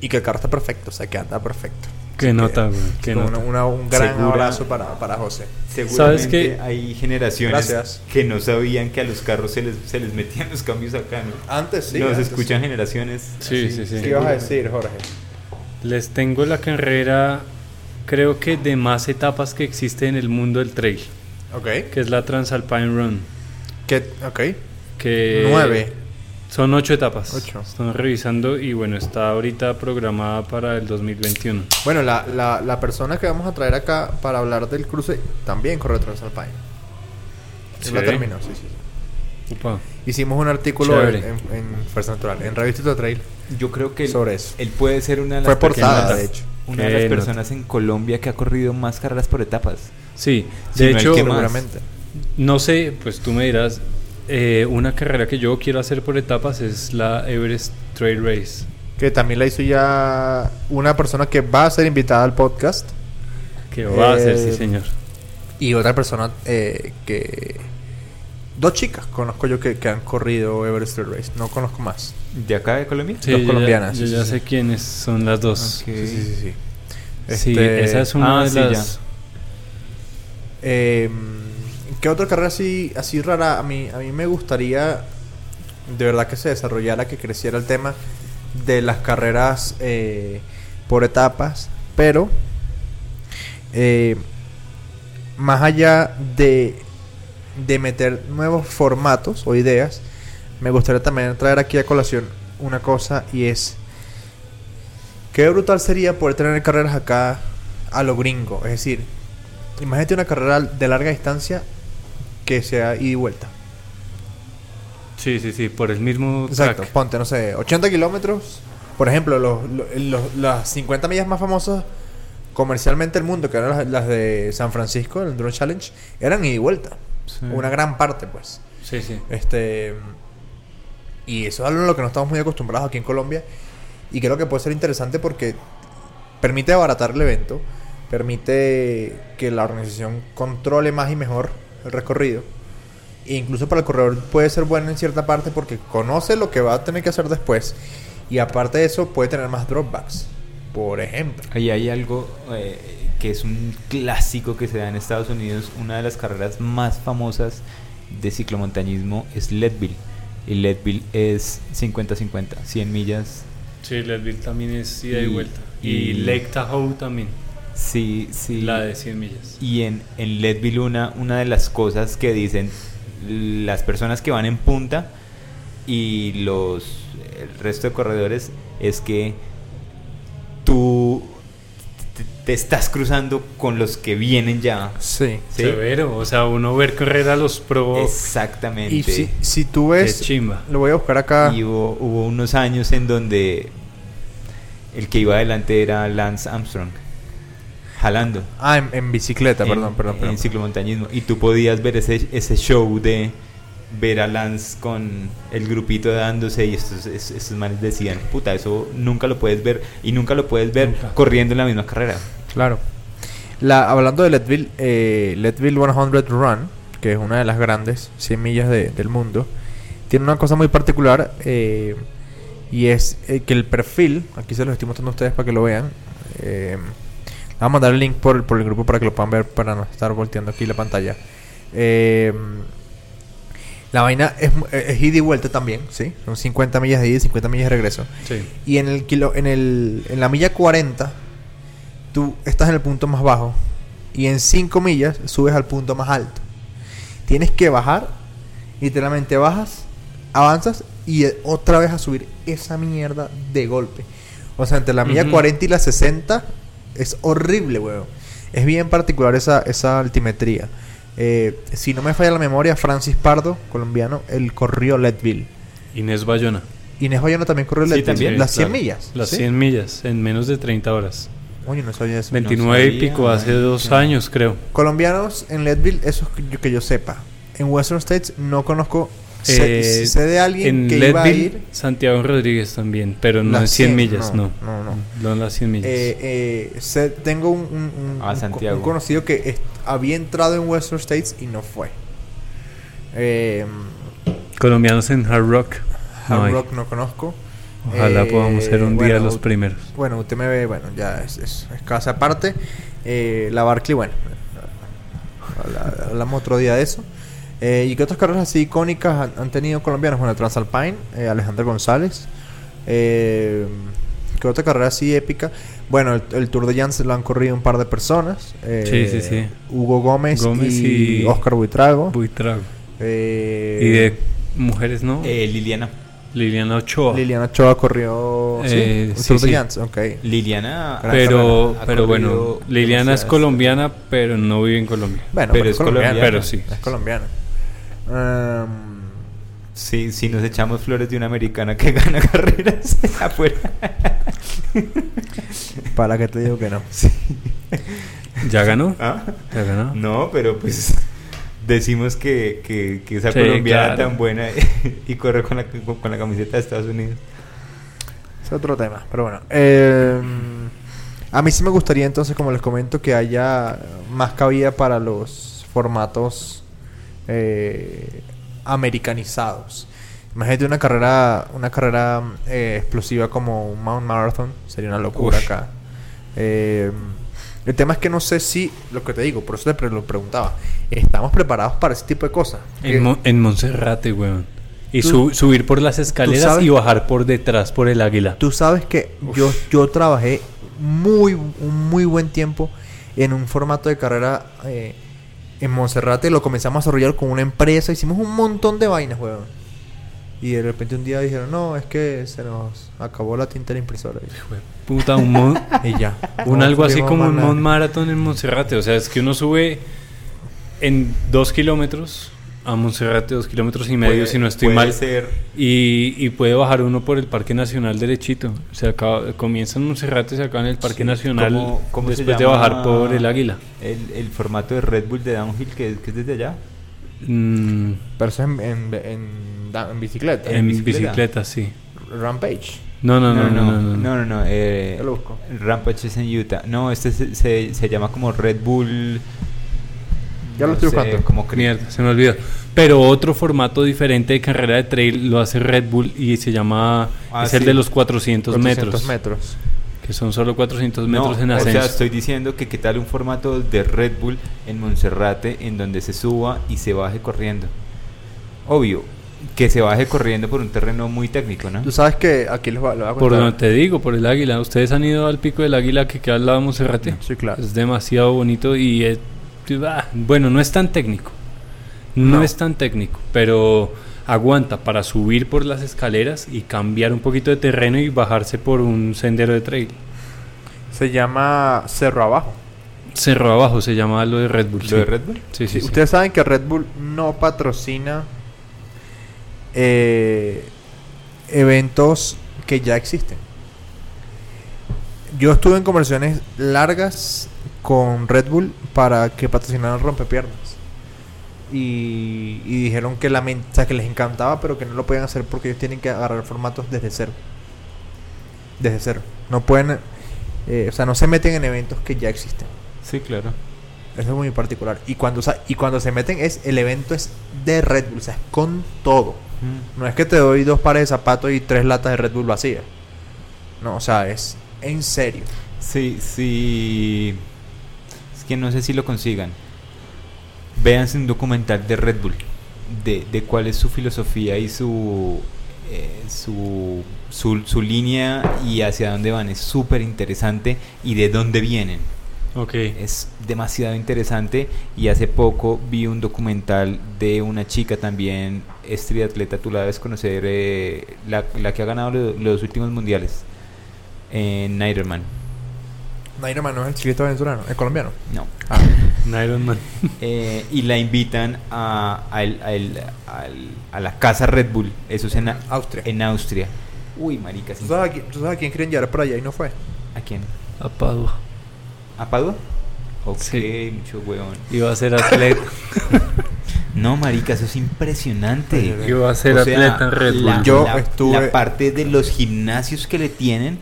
Speaker 1: Y que el carro está perfecto. O sea, que anda perfecto.
Speaker 2: qué nota, güey. Qué
Speaker 1: Una-
Speaker 2: nota.
Speaker 1: una- un gran
Speaker 3: Segura.
Speaker 1: abrazo para, para José.
Speaker 3: Seguramente
Speaker 2: ¿Sabes qué?
Speaker 3: hay generaciones
Speaker 1: Gracias.
Speaker 3: que no sabían que a los carros se les, se les metían los cambios acá, ¿no?
Speaker 1: Antes sí.
Speaker 3: Nos
Speaker 1: antes
Speaker 3: escuchan
Speaker 1: sí.
Speaker 3: generaciones.
Speaker 2: Sí, sí, sí.
Speaker 1: ¿Qué ibas a decir, Jorge?
Speaker 2: Les tengo la carrera, creo que de más etapas que existe en el mundo del trail,
Speaker 1: Ok.
Speaker 2: que es la Transalpine Run.
Speaker 1: ¿Qué? Ok.
Speaker 2: Que
Speaker 1: Nueve.
Speaker 2: Son ocho etapas.
Speaker 1: Ocho.
Speaker 2: Están revisando y bueno, está ahorita programada para el 2021.
Speaker 1: Bueno, la, la, la persona que vamos a traer acá para hablar del cruce también corre Transalpine. Él
Speaker 2: Sí.
Speaker 1: la terminó, sí, sí. sí.
Speaker 2: Upa.
Speaker 1: Hicimos un artículo en,
Speaker 2: Chévere.
Speaker 1: en Fuerza Natural, en Revista Tuto Trail.
Speaker 3: Yo creo que él-
Speaker 1: Sobre eso.
Speaker 3: él puede ser una de las
Speaker 1: Fue portada,
Speaker 3: personas-
Speaker 1: de hecho.
Speaker 3: Una de
Speaker 2: Qué
Speaker 3: las
Speaker 2: nota.
Speaker 3: personas en Colombia que ha corrido más carreras por etapas.
Speaker 2: Sí,
Speaker 3: Si
Speaker 2: de
Speaker 3: no, el
Speaker 2: hecho,
Speaker 3: que más.
Speaker 1: Seguramente.
Speaker 2: no sé, pues tú me dirás, eh, una carrera que yo quiero hacer por etapas es la Everest Trail Race.
Speaker 1: Que también la hizo ya una persona que va a ser invitada al podcast.
Speaker 2: Que va a hacer,
Speaker 1: Eh,
Speaker 2: sí, señor.
Speaker 1: Y otra persona eh, que... Dos chicas conozco yo que, que han corrido Everest Trail Race. No conozco más.
Speaker 3: ¿De acá de Colombia?
Speaker 2: Sí,
Speaker 1: dos
Speaker 2: yo ya-
Speaker 1: colombianas,
Speaker 2: Yo
Speaker 1: sí,
Speaker 2: ya
Speaker 1: sí,
Speaker 2: sé quiénes son las dos.
Speaker 3: Ok.
Speaker 1: Sí, sí, sí. sí.
Speaker 2: Sí,
Speaker 1: Este,
Speaker 2: esa es una
Speaker 3: ah,
Speaker 2: de
Speaker 3: sí,
Speaker 2: las.
Speaker 1: Eh, ¿Qué otra carrera así, así rara? A mí, a mí me gustaría de verdad que se desarrollara, que creciera el tema de las carreras eh, por etapas, pero eh, más allá de, de meter nuevos formatos o ideas, me gustaría también traer aquí a colación una cosa y es qué brutal sería poder tener carreras acá a lo gringo, es decir, imagínate una carrera de larga distancia que sea ida y vuelta.
Speaker 2: Sí, sí, sí, por el mismo
Speaker 1: Exacto,
Speaker 2: track.
Speaker 1: ponte, no sé, 80 kilómetros. Por ejemplo, los- lo- eh, los- las 50 millas más famosas comercialmente del mundo, que eran las, las de San Francisco, el Endurance Challenge, eran ida y vuelta.
Speaker 2: Sí.
Speaker 1: Una gran parte, pues.
Speaker 2: Sí, sí.
Speaker 1: Este. Y eso es algo a lo que no estamos muy acostumbrados aquí en Colombia. Y creo que puede ser interesante porque permite abaratar el evento, permite que la organización controle más y mejor el recorrido. E incluso para el corredor puede ser bueno en cierta parte porque conoce lo que va a tener que hacer después. Y aparte de eso, puede tener más dropbacks, por ejemplo.
Speaker 3: Ahí hay algo eh, que es un clásico que se da en Estados Unidos. Una de las carreras más famosas de ciclomontañismo es Leadville. Y Leadville es 50-50, 100 millas.
Speaker 2: Sí, Leadville también es ida y,
Speaker 3: Y-
Speaker 2: vuelta. Y,
Speaker 3: y-
Speaker 2: Lake Tahoe también,
Speaker 3: Sí, sí.
Speaker 2: la de 100 millas.
Speaker 3: Y en, en Leadville una, una de las cosas que dicen las personas que van en punta y los el resto de corredores es que tú te, te estás cruzando con los que vienen ya.
Speaker 1: Sí.
Speaker 3: ¿sí?
Speaker 2: Severo, o sea, uno ver correr a los pro.
Speaker 3: Exactamente.
Speaker 1: Y si, si tú
Speaker 2: qué
Speaker 1: ves.
Speaker 2: chimba.
Speaker 1: pues, Lo voy a buscar acá.
Speaker 3: Y hubo, hubo unos años en donde el que iba adelante era Lance Armstrong, jalando.
Speaker 1: Ah, en, en bicicleta,
Speaker 3: en-
Speaker 1: perdón, perdón,
Speaker 3: en
Speaker 1: perdón.
Speaker 3: ciclomontañismo. Y tú podías ver ese, ese show de ver a Lance con el grupito dándose y estos, es- estos manes decían, puta, eso nunca lo puedes ver y nunca lo puedes ver
Speaker 2: Nunca.
Speaker 3: corriendo en la misma carrera.
Speaker 1: Claro. La, hablando de Leadville, eh, Leadville 100 Run, que es una de las grandes 100 millas de- del mundo, tiene una cosa muy particular eh, y es eh, que el perfil, aquí se los estoy mostrando a ustedes para que lo vean, eh, vamos a mandar el link por, por el grupo para que lo puedan ver, para no estar volteando aquí la pantalla. Eh, la vaina es, mu- es ida y vuelta también, ¿sí? Son 50 millas de ida y 50 millas de regreso.
Speaker 2: Sí.
Speaker 1: Y en el kilo, en el, en la milla 40, tú estás en el punto más bajo. Y en 5 millas subes al punto más alto. Tienes que bajar, literalmente bajas, avanzas y eh, otra vez a subir esa mierda de golpe. O sea, entre la milla
Speaker 2: Ujú.
Speaker 1: 40 y la 60 es horrible, weón. Es bien particular esa, esa altimetría. Eh, si no me falla la memoria, Francis Pardo, colombiano, él corrió Leadville.
Speaker 2: Inés Bayona.
Speaker 1: Inés Bayona también corrió
Speaker 3: Sí,
Speaker 1: Leadville.
Speaker 3: también,
Speaker 1: las 100
Speaker 2: claro.
Speaker 1: millas.
Speaker 2: Las
Speaker 1: ¿sí?
Speaker 2: 100 millas en menos de 30 horas.
Speaker 1: Oye, no sabía eso.
Speaker 2: 29 y
Speaker 3: sabía,
Speaker 2: pico hace
Speaker 3: marica.
Speaker 2: dos años, creo.
Speaker 1: Colombianos en Leadville, esos que yo, que yo sepa. En Western States no conozco. sé,
Speaker 2: Eh,
Speaker 1: sé de alguien
Speaker 2: en
Speaker 1: que iba a
Speaker 2: Leadville,
Speaker 1: ir.
Speaker 2: Santiago Rodríguez también, pero no
Speaker 1: Las
Speaker 2: en
Speaker 1: 100,
Speaker 2: 100 millas,
Speaker 1: no,
Speaker 2: no.
Speaker 1: no, no.
Speaker 2: en las 100 millas.
Speaker 1: Eh, eh, sé- tengo un, un- un-
Speaker 3: Ah,
Speaker 1: un co-
Speaker 3: Santiago.
Speaker 1: un conocido que est- había entrado en Western States y no fue. Eh,
Speaker 2: Colombianos en Hard Rock. no
Speaker 1: Hard
Speaker 2: hay.
Speaker 1: Rock no conozco.
Speaker 2: Ojalá
Speaker 1: Eh,
Speaker 2: podamos ser un día
Speaker 1: bueno,
Speaker 2: los primeros.
Speaker 1: Bueno, UTMB, bueno, ya es, es, es casa aparte. Eh, la Barclay, bueno, habla- hablamos otro día de eso. Eh, ¿Y qué otras carreras así icónicas han, han tenido colombianos? Bueno, Transalpine, eh, Alejandro González. Eh, ¿Qué otra carrera así épica? Bueno, el, el Tour de Jans lo han corrido un par de personas. eh,
Speaker 2: Sí, sí, sí.
Speaker 1: Hugo Gómez,
Speaker 2: Gómez
Speaker 1: y,
Speaker 2: y-
Speaker 1: Oscar Buitrago.
Speaker 2: Buitrago.
Speaker 1: Eh,
Speaker 2: y de mujeres, ¿no?
Speaker 3: Eh, Liliana.
Speaker 2: Liliana Ochoa.
Speaker 1: Liliana Choa corrió ¿sí?
Speaker 2: Eh,
Speaker 1: el
Speaker 2: sí,
Speaker 1: Tour de
Speaker 2: sí.
Speaker 1: Jans, ok.
Speaker 3: Liliana.
Speaker 2: pero
Speaker 3: ha
Speaker 2: pero bueno,
Speaker 3: corrido
Speaker 2: Liliana es
Speaker 3: demasiadas-
Speaker 2: colombiana, pero no vive en Colombia.
Speaker 1: Bueno,
Speaker 3: Pero es colombiana,
Speaker 2: pero sí.
Speaker 1: Es colombiana. Em,
Speaker 3: Si, si nos echamos flores de una americana que gana carreras afuera.
Speaker 1: Em, ¿Para qué te digo que no?
Speaker 3: Sí.
Speaker 2: ¿Ya ganó?
Speaker 3: ¿Ah?
Speaker 2: ¿Ya ganó?
Speaker 3: No, pero pues decimos que, que- que esa
Speaker 2: Sí,
Speaker 3: colombiana
Speaker 2: claro.
Speaker 3: tan buena y corre con la, con la camiseta de Estados Unidos.
Speaker 1: Es otro tema, pero bueno. Eh, a mí sí me gustaría entonces, como les comento, que haya más cabida para los formatos eh, americanizados. Imagínate una carrera, una carrera eh, explosiva como un Mount Marathon, sería una locura
Speaker 3: Ush.
Speaker 1: acá. Eh, el tema es que no sé si, lo que te digo, por eso te pre- lo preguntaba, ¿estamos preparados para ese tipo de cosas? Que-
Speaker 2: En, Mon- en Monserrate, weón. Y
Speaker 1: Tú-
Speaker 2: su- subir por las escaleras
Speaker 1: sabes-
Speaker 2: y bajar por detrás, por el águila.
Speaker 1: Tú sabes que yo, yo trabajé muy, un muy buen tiempo en un formato de carrera eh, en Monserrate. Lo comenzamos a desarrollar con una empresa. Hicimos un montón de vainas, weón. Y de repente un día dijeron, no, es que se nos acabó la tinta de la impresora.
Speaker 2: Jue- Puta, un, mon-
Speaker 1: Y ya.
Speaker 2: un
Speaker 1: No
Speaker 2: algo así
Speaker 1: supimos más
Speaker 2: como un
Speaker 1: nada.
Speaker 3: eh.
Speaker 2: Mount Marathon en Monserrate. O sea, es que uno sube en dos kilómetros a Monserrate, dos kilómetros y medio,
Speaker 3: Puede-
Speaker 2: si no estoy
Speaker 3: puede
Speaker 2: mal.
Speaker 3: ser-
Speaker 2: Y, y puede bajar uno por el Parque Nacional derechito. Se acaba, comienza en Monserrate, se acaba en el Parque
Speaker 3: Sí,
Speaker 2: Nacional
Speaker 3: ¿cómo- cómo se
Speaker 2: después de
Speaker 3: llama
Speaker 2: bajar por el águila.
Speaker 3: El, el formato de Red Bull de Downhill que es, que es desde allá.
Speaker 2: Mm,
Speaker 1: Pero eso es en, en- en- da- en bicicleta.
Speaker 2: en
Speaker 3: bicicleta?
Speaker 2: bicicleta, sí.
Speaker 1: Rampage.
Speaker 2: No, no, no, no, no. no,
Speaker 3: no, no, no, eh,
Speaker 1: Yo lo busco.
Speaker 3: Rampage es en Utah. No, este se, se, se llama como Red Bull.
Speaker 1: Ya lo estoy buscando.
Speaker 3: Como cri-
Speaker 2: Mierda, se me olvidó. Pero otro formato diferente de carrera de trail lo hace Red Bull y se llama.
Speaker 3: Ah,
Speaker 2: es
Speaker 3: sí.
Speaker 2: el de los 400,
Speaker 1: 400
Speaker 2: metros,
Speaker 1: metros.
Speaker 2: Que son solo 400 metros
Speaker 3: No,
Speaker 2: en
Speaker 3: o
Speaker 2: ascenso.
Speaker 3: sea, estoy diciendo que qué tal un formato de Red Bull en Monserrate en donde se suba y se baje corriendo. Obvio, que se baje corriendo por un terreno muy técnico, ¿no?
Speaker 1: Tú sabes que aquí les va- les voy a
Speaker 2: por
Speaker 1: contar.
Speaker 2: donde te digo, por el águila. ¿Ustedes han ido al pico del águila que queda al lado de Monserrate?
Speaker 1: Sí, claro.
Speaker 2: Es demasiado bonito y es- ah, bueno, no es tan técnico. No,
Speaker 1: No.
Speaker 2: es tan técnico, pero aguanta para subir por las escaleras y cambiar un poquito de terreno y bajarse por un sendero de trail.
Speaker 1: Se llama Cerro Abajo.
Speaker 2: Cerro abajo se llama lo de Red Bull.
Speaker 3: ¿Lo
Speaker 2: sí.
Speaker 3: de Red Bull?
Speaker 2: Sí, sí,
Speaker 1: Sí,
Speaker 2: sí.
Speaker 1: Ustedes saben que Red Bull no patrocina eh, eventos que ya existen. Yo estuve en conversaciones largas con Red Bull para que patrocinaran Rompepiernas. Y, y dijeron que, la men- o sea, que les encantaba, pero que no lo podían hacer porque ellos tienen que agarrar formatos desde cero. Desde cero. No pueden, eh, o sea, no se meten en eventos que ya existen.
Speaker 3: Sí, claro.
Speaker 1: Eso es muy particular. Y cuando, sa- y cuando se meten es el evento es de Red Bull, o sea, es con todo.
Speaker 2: Mm.
Speaker 1: No es que te doy dos pares de zapatos y tres latas de Red Bull vacías. No, o sea, es en serio.
Speaker 3: Sí, sí. Es que no sé si lo consigan. Véanse un documental de Red Bull, de, de cuál es su filosofía y su, eh, su, su, su línea y hacia dónde van. Es súper interesante y de dónde vienen.
Speaker 2: Ok.
Speaker 3: Es demasiado interesante y hace poco vi un documental de una chica también, es triatleta, tú la debes conocer, eh, la, la que ha ganado lo- los últimos mundiales, en Niderman.
Speaker 1: Nairo Mano es el chiquito venezolano, el colombiano. Ah,
Speaker 3: No.
Speaker 2: Iron Man.
Speaker 3: Eh, y la invitan a, a el- a el- al- a la casa Red Bull. Eso es en,
Speaker 1: En Austria.
Speaker 3: En Austria. Uy, marica. sí.
Speaker 1: ¿Tú sabes, a qui- tú sabes a quién quieren llevar para allá y no fue?
Speaker 3: ¿A quién?
Speaker 2: A Padua.
Speaker 3: ¿A Padua? Ok,
Speaker 2: Sí.
Speaker 3: mucho huevón.
Speaker 2: Iba a ser atleta.
Speaker 3: No, marica, eso es impresionante.
Speaker 1: Ay,
Speaker 2: Iba a ser
Speaker 3: O sea,
Speaker 2: atleta en Red Bull.
Speaker 3: la-
Speaker 1: Yo
Speaker 3: la-
Speaker 1: estuve-
Speaker 3: La parte de los gimnasios que le tienen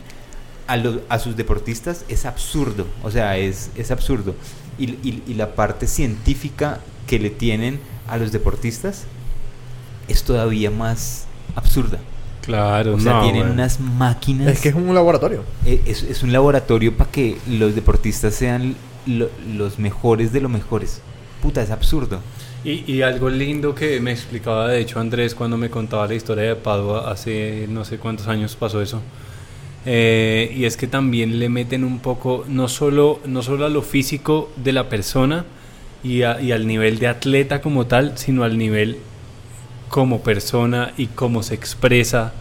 Speaker 3: a, los, a sus deportistas es absurdo. O sea, es, es absurdo. Y, y- y la parte científica que le tienen a los deportistas es todavía más absurda.
Speaker 2: Claro,
Speaker 3: O sea,
Speaker 2: no,
Speaker 3: tienen
Speaker 2: weón.
Speaker 3: unas máquinas.
Speaker 1: Es que es un laboratorio.
Speaker 3: Eh, Es, es un laboratorio para que los deportistas sean lo- los mejores de los mejores. Puta, es absurdo.
Speaker 2: Y, y algo lindo que me explicaba, de hecho, Andrés cuando me contaba la historia de Padua, hace no sé cuántos años pasó eso. Eh, y es que también le meten un poco, no solo, no solo a lo físico de la persona y, a- y al nivel de atleta como tal, sino al nivel como persona y cómo se expresa.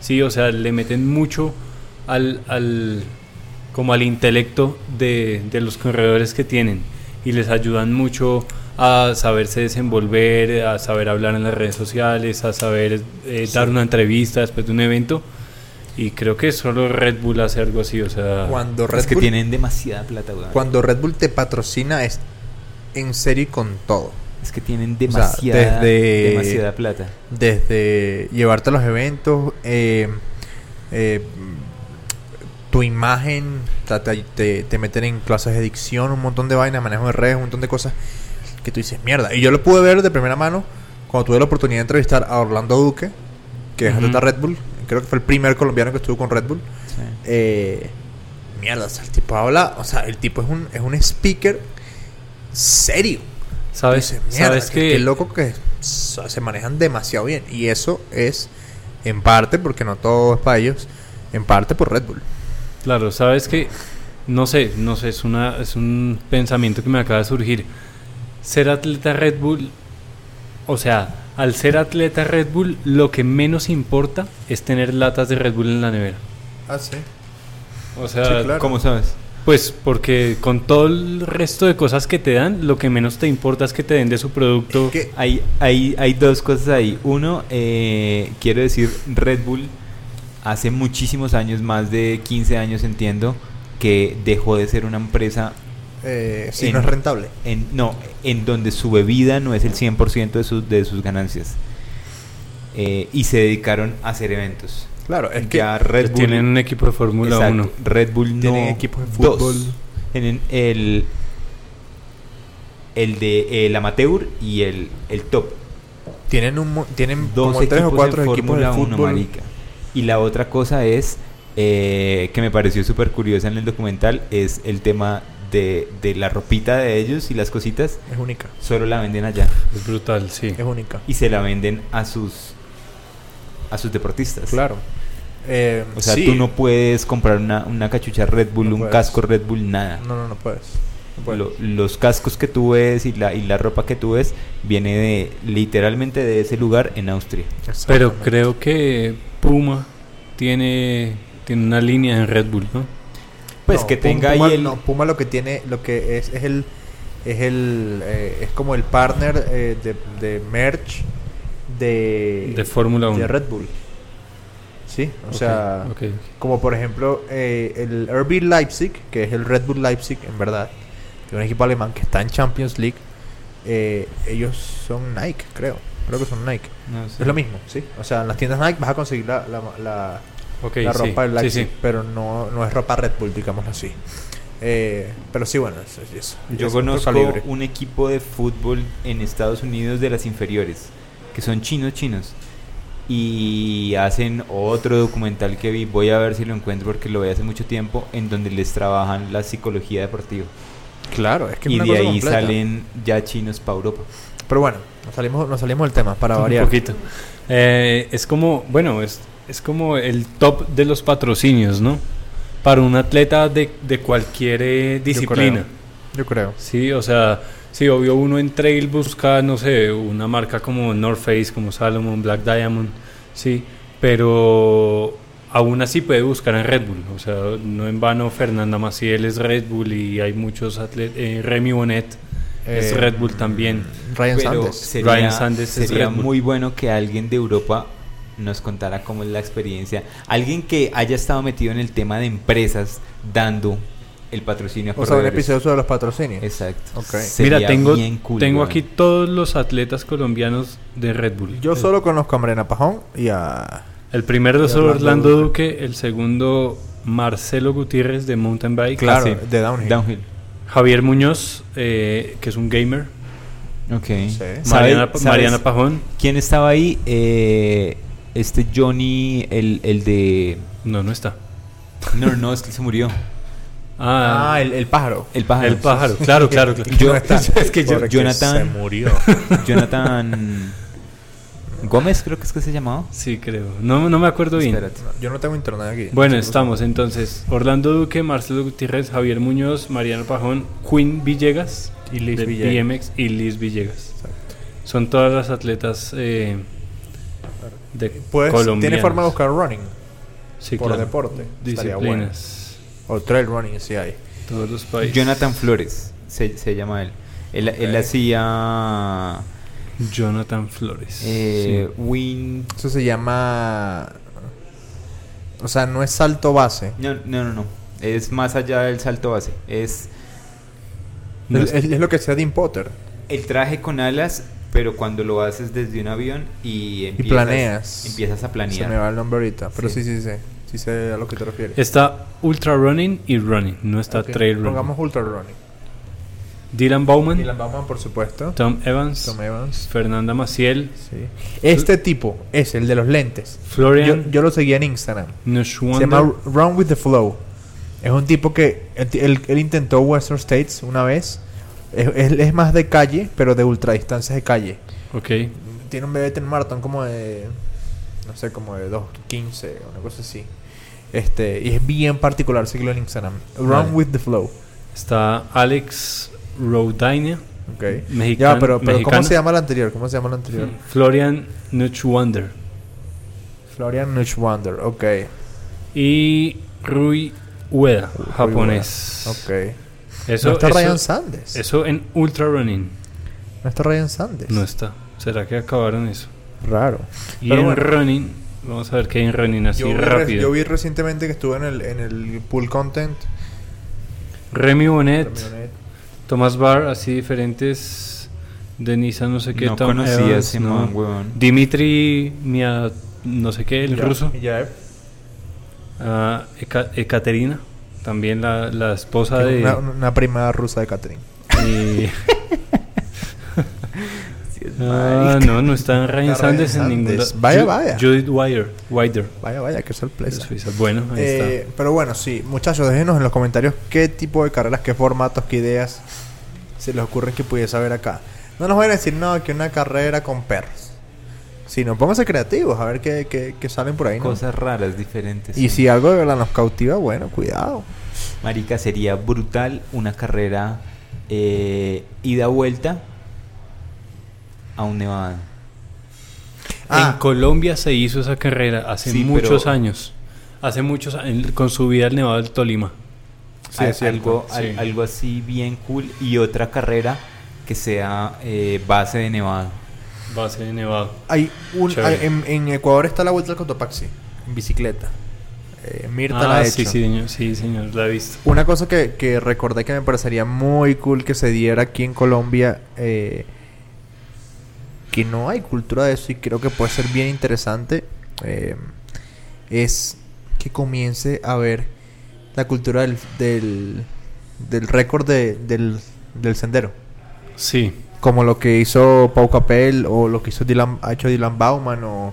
Speaker 2: Sí, o sea, le meten mucho al, al- como al intelecto de, de los corredores que tienen. y les ayudan mucho a saberse desenvolver, a saber hablar en las redes sociales, a saber eh, dar una entrevista después de un evento. Y creo que solo Red Bull hace algo así, o sea...
Speaker 1: Cuando Red
Speaker 3: Ah, es que
Speaker 1: Bull-
Speaker 3: tienen demasiada plata, weón.
Speaker 1: Cuando Red Bull te patrocina es en serio y con todo.
Speaker 3: Es que tienen
Speaker 1: O sea,
Speaker 3: demasiada,
Speaker 1: desde-
Speaker 3: demasiada plata.
Speaker 1: Desde llevarte a los eventos, eh, eh, tu imagen, o sea, te, te- te meten en clases de dicción, un montón de vainas, manejo de redes, un montón de cosas que tú dices, mierda. Y yo lo pude ver de primera mano cuando tuve la oportunidad de entrevistar a Orlando Duque, que es
Speaker 2: Ujú.
Speaker 1: atleta Red Bull. Creo que fue el primer colombiano que estuvo con Red Bull. Eh, mierda, o sea, el tipo habla, o sea, el tipo es un, es un speaker serio.
Speaker 2: ¿Sabes?
Speaker 1: Dice, mierda,
Speaker 2: ¿Sabes
Speaker 1: qué,
Speaker 2: que,
Speaker 1: qué loco que s- se manejan demasiado bien. Y eso es en parte, porque no todo es para ellos, en parte por Red Bull.
Speaker 2: Claro, sabes que, no sé, no sé, es, una, es un pensamiento que me acaba de surgir. Ser atleta Red Bull, o sea, al ser atleta Red Bull, lo que menos importa es tener latas de Red Bull en la nevera.
Speaker 1: Ah, sí.
Speaker 2: O sea,
Speaker 1: Sí, claro.
Speaker 3: ¿Cómo sabes?
Speaker 2: pues porque con todo el resto de cosas que te dan, lo que menos te importa es que te den de su producto.
Speaker 1: que-
Speaker 3: Hay, hay, hay dos cosas ahí. Uno, eh, quiero decir, Red Bull hace muchísimos años, más de 15 años entiendo, que dejó de ser una empresa
Speaker 1: Eh, sí,
Speaker 3: En-
Speaker 1: no es rentable.
Speaker 3: en, no, en donde su bebida no es el 100% de, sus de sus ganancias. Eh, y se dedicaron a hacer eventos.
Speaker 1: Claro, es que
Speaker 3: ya Red
Speaker 2: que
Speaker 3: Bull,
Speaker 2: tienen un equipo de Fórmula
Speaker 3: Exacto,
Speaker 2: 1.
Speaker 3: Red Bull
Speaker 1: Tienen
Speaker 3: no,
Speaker 1: equipos de
Speaker 3: dos.
Speaker 1: fútbol.
Speaker 3: Tienen el, el de el amateur y el, el top.
Speaker 1: tienen, un, mo- tienen
Speaker 3: dos
Speaker 1: como tres o
Speaker 3: equipos
Speaker 1: cuatro
Speaker 3: en
Speaker 1: equipos de
Speaker 3: Fórmula 1,
Speaker 1: fútbol.
Speaker 3: marica. Y la otra cosa es, eh, que me pareció súper curiosa en el documental, es el tema de, de la ropita de ellos y las cositas,
Speaker 1: es única.
Speaker 3: solo la venden allá.
Speaker 2: Es brutal, sí.
Speaker 1: Es única.
Speaker 3: Y se la venden a sus, a sus deportistas.
Speaker 1: Claro. Eh,
Speaker 3: pues, O sea,
Speaker 1: sí.
Speaker 3: tú no puedes comprar una, una cachucha Red Bull,
Speaker 1: No
Speaker 3: un
Speaker 1: puedes.
Speaker 3: casco Red Bull, nada.
Speaker 1: No, no, no puedes. No puedes.
Speaker 3: Lo- los cascos que tú ves y la, y la ropa que tú ves viene de literalmente de ese lugar en Austria.
Speaker 2: Pero
Speaker 1: Exactamente.
Speaker 2: creo que Puma tiene, tiene una línea en Red Bull, ¿no?
Speaker 3: Pues
Speaker 1: No,
Speaker 3: que
Speaker 1: Pum-
Speaker 3: tenga
Speaker 1: Puma,
Speaker 3: ahí el...
Speaker 1: no, Puma lo que tiene, lo que es, es el, es el, eh, es como el partner eh, de, de merch de,
Speaker 2: De Fórmula 1.
Speaker 1: Eh, de Red Bull. Sí, o
Speaker 2: Ok,
Speaker 1: sea,
Speaker 2: ok.
Speaker 1: como por ejemplo eh, el RB Leipzig, que es el Red Bull Leipzig en verdad, que es un equipo alemán que está en Champions League. eh, ellos son Nike, creo, creo que son Nike.
Speaker 3: no sé.
Speaker 1: Es lo mismo, sí. O sea, en las tiendas Nike vas a conseguir la, la, la
Speaker 2: Ok,
Speaker 1: la
Speaker 2: sí,
Speaker 1: ropa del
Speaker 2: sí,
Speaker 1: Leipzig,
Speaker 2: sí.
Speaker 1: pero no, no es ropa Red Bull, digámoslo así. Eh, pero sí, bueno, es, es eso.
Speaker 3: Yo
Speaker 1: Es otro
Speaker 3: conozco
Speaker 1: calibre.
Speaker 3: un equipo de fútbol en Estados Unidos de las inferiores, que son chinos chinos. Y hacen otro documental que vi, voy a ver si lo encuentro porque lo vi hace mucho tiempo, en donde les trabajan la psicología deportiva.
Speaker 1: Claro, es que es
Speaker 3: y
Speaker 1: una
Speaker 3: de
Speaker 1: cosa
Speaker 3: ahí
Speaker 1: completa.
Speaker 3: salen ya chinos para Europa.
Speaker 1: Pero bueno, nos salimos, nos salimos del tema para variar.
Speaker 2: Un poquito. Eh, es como, bueno, es, es como el top de los patrocinios, ¿no? Para un atleta de, de cualquier eh, disciplina.
Speaker 1: Yo creo.
Speaker 2: Sí, o sea, sí, obvio uno en trail busca, no sé, una marca como North Face, como Salomon, Black Diamond, sí, pero aún así puede buscar en Red Bull, o sea, no en vano Fernanda Maciel es Red Bull y hay muchos atletas, Remy Bonet es
Speaker 1: Eh,
Speaker 2: Red Bull también.
Speaker 1: Ryan
Speaker 3: Pero
Speaker 1: Sanders.
Speaker 3: sería,
Speaker 2: Ryan Sanders es
Speaker 3: sería
Speaker 2: Red Bull.
Speaker 3: muy bueno que alguien de Europa nos contara cómo es la experiencia. Alguien que haya estado metido en el tema de empresas dando el patrocinio a
Speaker 1: O sea, un
Speaker 3: corredores.
Speaker 1: episodio sobre los patrocinios.
Speaker 3: Exacto.
Speaker 1: Ok.
Speaker 3: Sería
Speaker 2: Mira, tengo,
Speaker 3: bien cool,
Speaker 2: tengo
Speaker 3: weón.
Speaker 2: aquí todos los atletas colombianos de Red Bull.
Speaker 1: Yo
Speaker 2: El-
Speaker 1: solo conozco a Marina Pajón y a.
Speaker 2: El primero es
Speaker 1: Orlando
Speaker 2: Orlando,
Speaker 1: Duque.
Speaker 2: Duque, el segundo Marcelo Gutiérrez de Mountain Bike, Ah,
Speaker 1: Claro,
Speaker 3: sí.
Speaker 1: de Downhill.
Speaker 3: Downhill.
Speaker 2: Javier Muñoz, eh, que es un gamer,
Speaker 3: Ok.
Speaker 1: ¿Sabe-
Speaker 2: Mariana,
Speaker 3: ¿Sabes-
Speaker 2: Mariana
Speaker 3: sabes
Speaker 2: Pajón.
Speaker 3: ¿Quién estaba ahí? Eh, este Johnny, el, el de...
Speaker 2: No, no está.
Speaker 3: No, no, es que se murió.
Speaker 2: Ah,
Speaker 1: Ah,
Speaker 2: el,
Speaker 1: el, el pájaro.
Speaker 3: pájaro.
Speaker 2: pájaro. Claro, claro, claro.
Speaker 3: Yo-
Speaker 1: No está.
Speaker 3: es que yo-
Speaker 1: Porque
Speaker 3: Jonathan-
Speaker 1: Se murió.
Speaker 3: Jonathan Gómez, creo que es que se llamaba.
Speaker 2: Sí, creo. No, no me acuerdo bien.
Speaker 3: Espérate.
Speaker 1: Yo no tengo internet aquí.
Speaker 2: Bueno,
Speaker 1: Sí,
Speaker 2: estamos entonces. Orlando Duque, Marcelo Gutiérrez, Javier Muñoz, Mariana Pajón, Quinn Villegas
Speaker 1: Y Liz
Speaker 2: de
Speaker 1: Villegas.
Speaker 2: BMX y Liz Villegas.
Speaker 1: Exacto.
Speaker 2: Son todas las atletas eh, de
Speaker 1: Pues, tiene
Speaker 2: colombianas.
Speaker 1: forma de buscar running.
Speaker 2: Sí,
Speaker 1: por
Speaker 2: claro.
Speaker 1: deporte. Estaría bueno.
Speaker 2: Disciplinas.
Speaker 1: O trail running, si hay.
Speaker 2: Todos los países.
Speaker 3: Jonathan Flores. se, se llama él. Él, él
Speaker 1: Ok.
Speaker 3: hacía
Speaker 2: Jonathan Flores.
Speaker 3: eh,
Speaker 2: Sí.
Speaker 3: Win.
Speaker 1: Eso se llama. O sea, no es salto base.
Speaker 3: No, no, no, no. Es más allá del salto base. Es
Speaker 2: No
Speaker 1: es,
Speaker 2: es-
Speaker 1: es lo que sea Dean Potter.
Speaker 3: el traje con alas, pero cuando lo haces desde un avión y empiezas,
Speaker 1: planeas.
Speaker 3: Empiezas
Speaker 1: Se
Speaker 3: a
Speaker 1: me
Speaker 3: planear.
Speaker 1: va el nombre ahorita. Pero sí,
Speaker 3: Sí.
Speaker 1: sí, sí. Sí, sé a lo que te refieres.
Speaker 2: Está Ultra Running y Running, no está
Speaker 1: Ok,
Speaker 2: Trail Running.
Speaker 1: Pongamos Ultra Running.
Speaker 2: Dylan Bowman,
Speaker 1: Dylan Bauman, por supuesto.
Speaker 2: Tom Evans,
Speaker 1: Tom Evans.
Speaker 2: Fernanda Maciel,
Speaker 1: Sí. Este tipo es el de los lentes. Yo,
Speaker 2: Florian
Speaker 1: yo lo seguía en Instagram. Se
Speaker 2: Neuschwander.
Speaker 1: llama Run with the Flow. Es un tipo que él, ti- él- él intentó Western States una vez. Es, él es más de calle, pero de ultradistancias de calle.
Speaker 2: Ok.
Speaker 1: Tiene un BBT en maratón como de. No sé, como de 2.15, una cosa así. Este, y es bien particular seguirlo en Instagram. Run
Speaker 2: Vale.
Speaker 1: with the flow.
Speaker 2: Está Alex Rodine,
Speaker 1: Ok.
Speaker 2: Mexican-
Speaker 1: ya, pero, pero ¿cómo
Speaker 2: mexicano.
Speaker 1: se llama el anterior? ¿Cómo se llama el anterior?
Speaker 2: Florian Neuschwander
Speaker 1: Florian Neuschwander, ok.
Speaker 2: y Rui Ueda, japonés.
Speaker 1: Ok.
Speaker 2: Eso,
Speaker 1: no está
Speaker 2: eso-
Speaker 1: Ryan Sandes.
Speaker 2: eso en Ultra Running
Speaker 1: No está Ryan Sandes.
Speaker 2: no está. ¿Será que acabaron eso?
Speaker 1: Raro.
Speaker 2: Y
Speaker 1: Pero
Speaker 2: en
Speaker 1: bueno.
Speaker 2: Running, vamos a ver qué hay en Running así
Speaker 1: Yo vi, re-
Speaker 2: rápido.
Speaker 1: yo vi recientemente que estuve en el, en el pool content.
Speaker 2: Remy Bonet,
Speaker 1: Camionet.
Speaker 2: Thomas Barr, así diferentes. Denisa, no sé qué.
Speaker 3: no
Speaker 2: Tom
Speaker 3: conocía a
Speaker 2: Evans,
Speaker 3: ese
Speaker 2: no.
Speaker 3: man, huevón.
Speaker 2: Dimitri, Mia, no sé qué, el
Speaker 1: Ya,
Speaker 2: ruso.
Speaker 1: ya, eh.
Speaker 2: Ah, Eka- Ekaterina, también la, la esposa de.
Speaker 1: Una, una prima rusa de Catherine.
Speaker 2: y-
Speaker 3: Sí, es
Speaker 2: Ah,
Speaker 3: marica.
Speaker 2: no, no está en Ryan
Speaker 1: Ryan
Speaker 2: Sanders en
Speaker 1: Sanders.
Speaker 2: ningún
Speaker 1: Vaya, vaya.
Speaker 2: Judith Wider. Wider.
Speaker 1: Vaya, vaya, qué sorpresa.
Speaker 2: de Suiza. Bueno, ahí
Speaker 1: Eh, pero bueno, sí, muchachos, déjenos en los comentarios qué tipo de carreras, qué formatos, qué ideas se les ocurre que pudiese haber acá. No nos vayan a decir, no, que una carrera con perros. Sino pónganse creativos, a ver qué, qué- qué salen por ahí. ¿no?
Speaker 3: Cosas raras, diferentes.
Speaker 1: Y si algo de verdad nos cautiva, bueno, cuidado.
Speaker 3: Marica, sería brutal una carrera eh, ida-vuelta a un nevado.
Speaker 2: está.
Speaker 1: Ah.
Speaker 2: En Colombia se hizo esa carrera hace
Speaker 3: Sí,
Speaker 2: muchos
Speaker 3: pero-
Speaker 2: años. Hace muchos años, con su vida al Nevado del Tolima.
Speaker 1: Sí,
Speaker 3: Al-
Speaker 1: es cierto.
Speaker 3: algo, al-
Speaker 2: Sí.
Speaker 3: algo así bien cool y otra carrera que sea eh, base de nevado.
Speaker 2: Base de Nevado.
Speaker 1: Hay un,
Speaker 2: Chévere.
Speaker 1: hay- en, en Ecuador está la vuelta al Cotopaxi, en bicicleta. Eh, Mirta la
Speaker 2: ah,
Speaker 1: ha
Speaker 2: sí,
Speaker 1: hecho.
Speaker 2: sí, señor, sí, señor, la he visto.
Speaker 1: Una cosa que, que recordé que me parecería muy cool que se diera aquí en Colombia, eh, que no hay cultura de eso y creo que puede ser bien interesante, eh, es que comience a ver la cultura del, del, del récord de- del, del sendero.
Speaker 2: Sí.
Speaker 1: Como lo que hizo Pau Capel o lo que hizo Dylan, ha hecho Dylan Bauman o,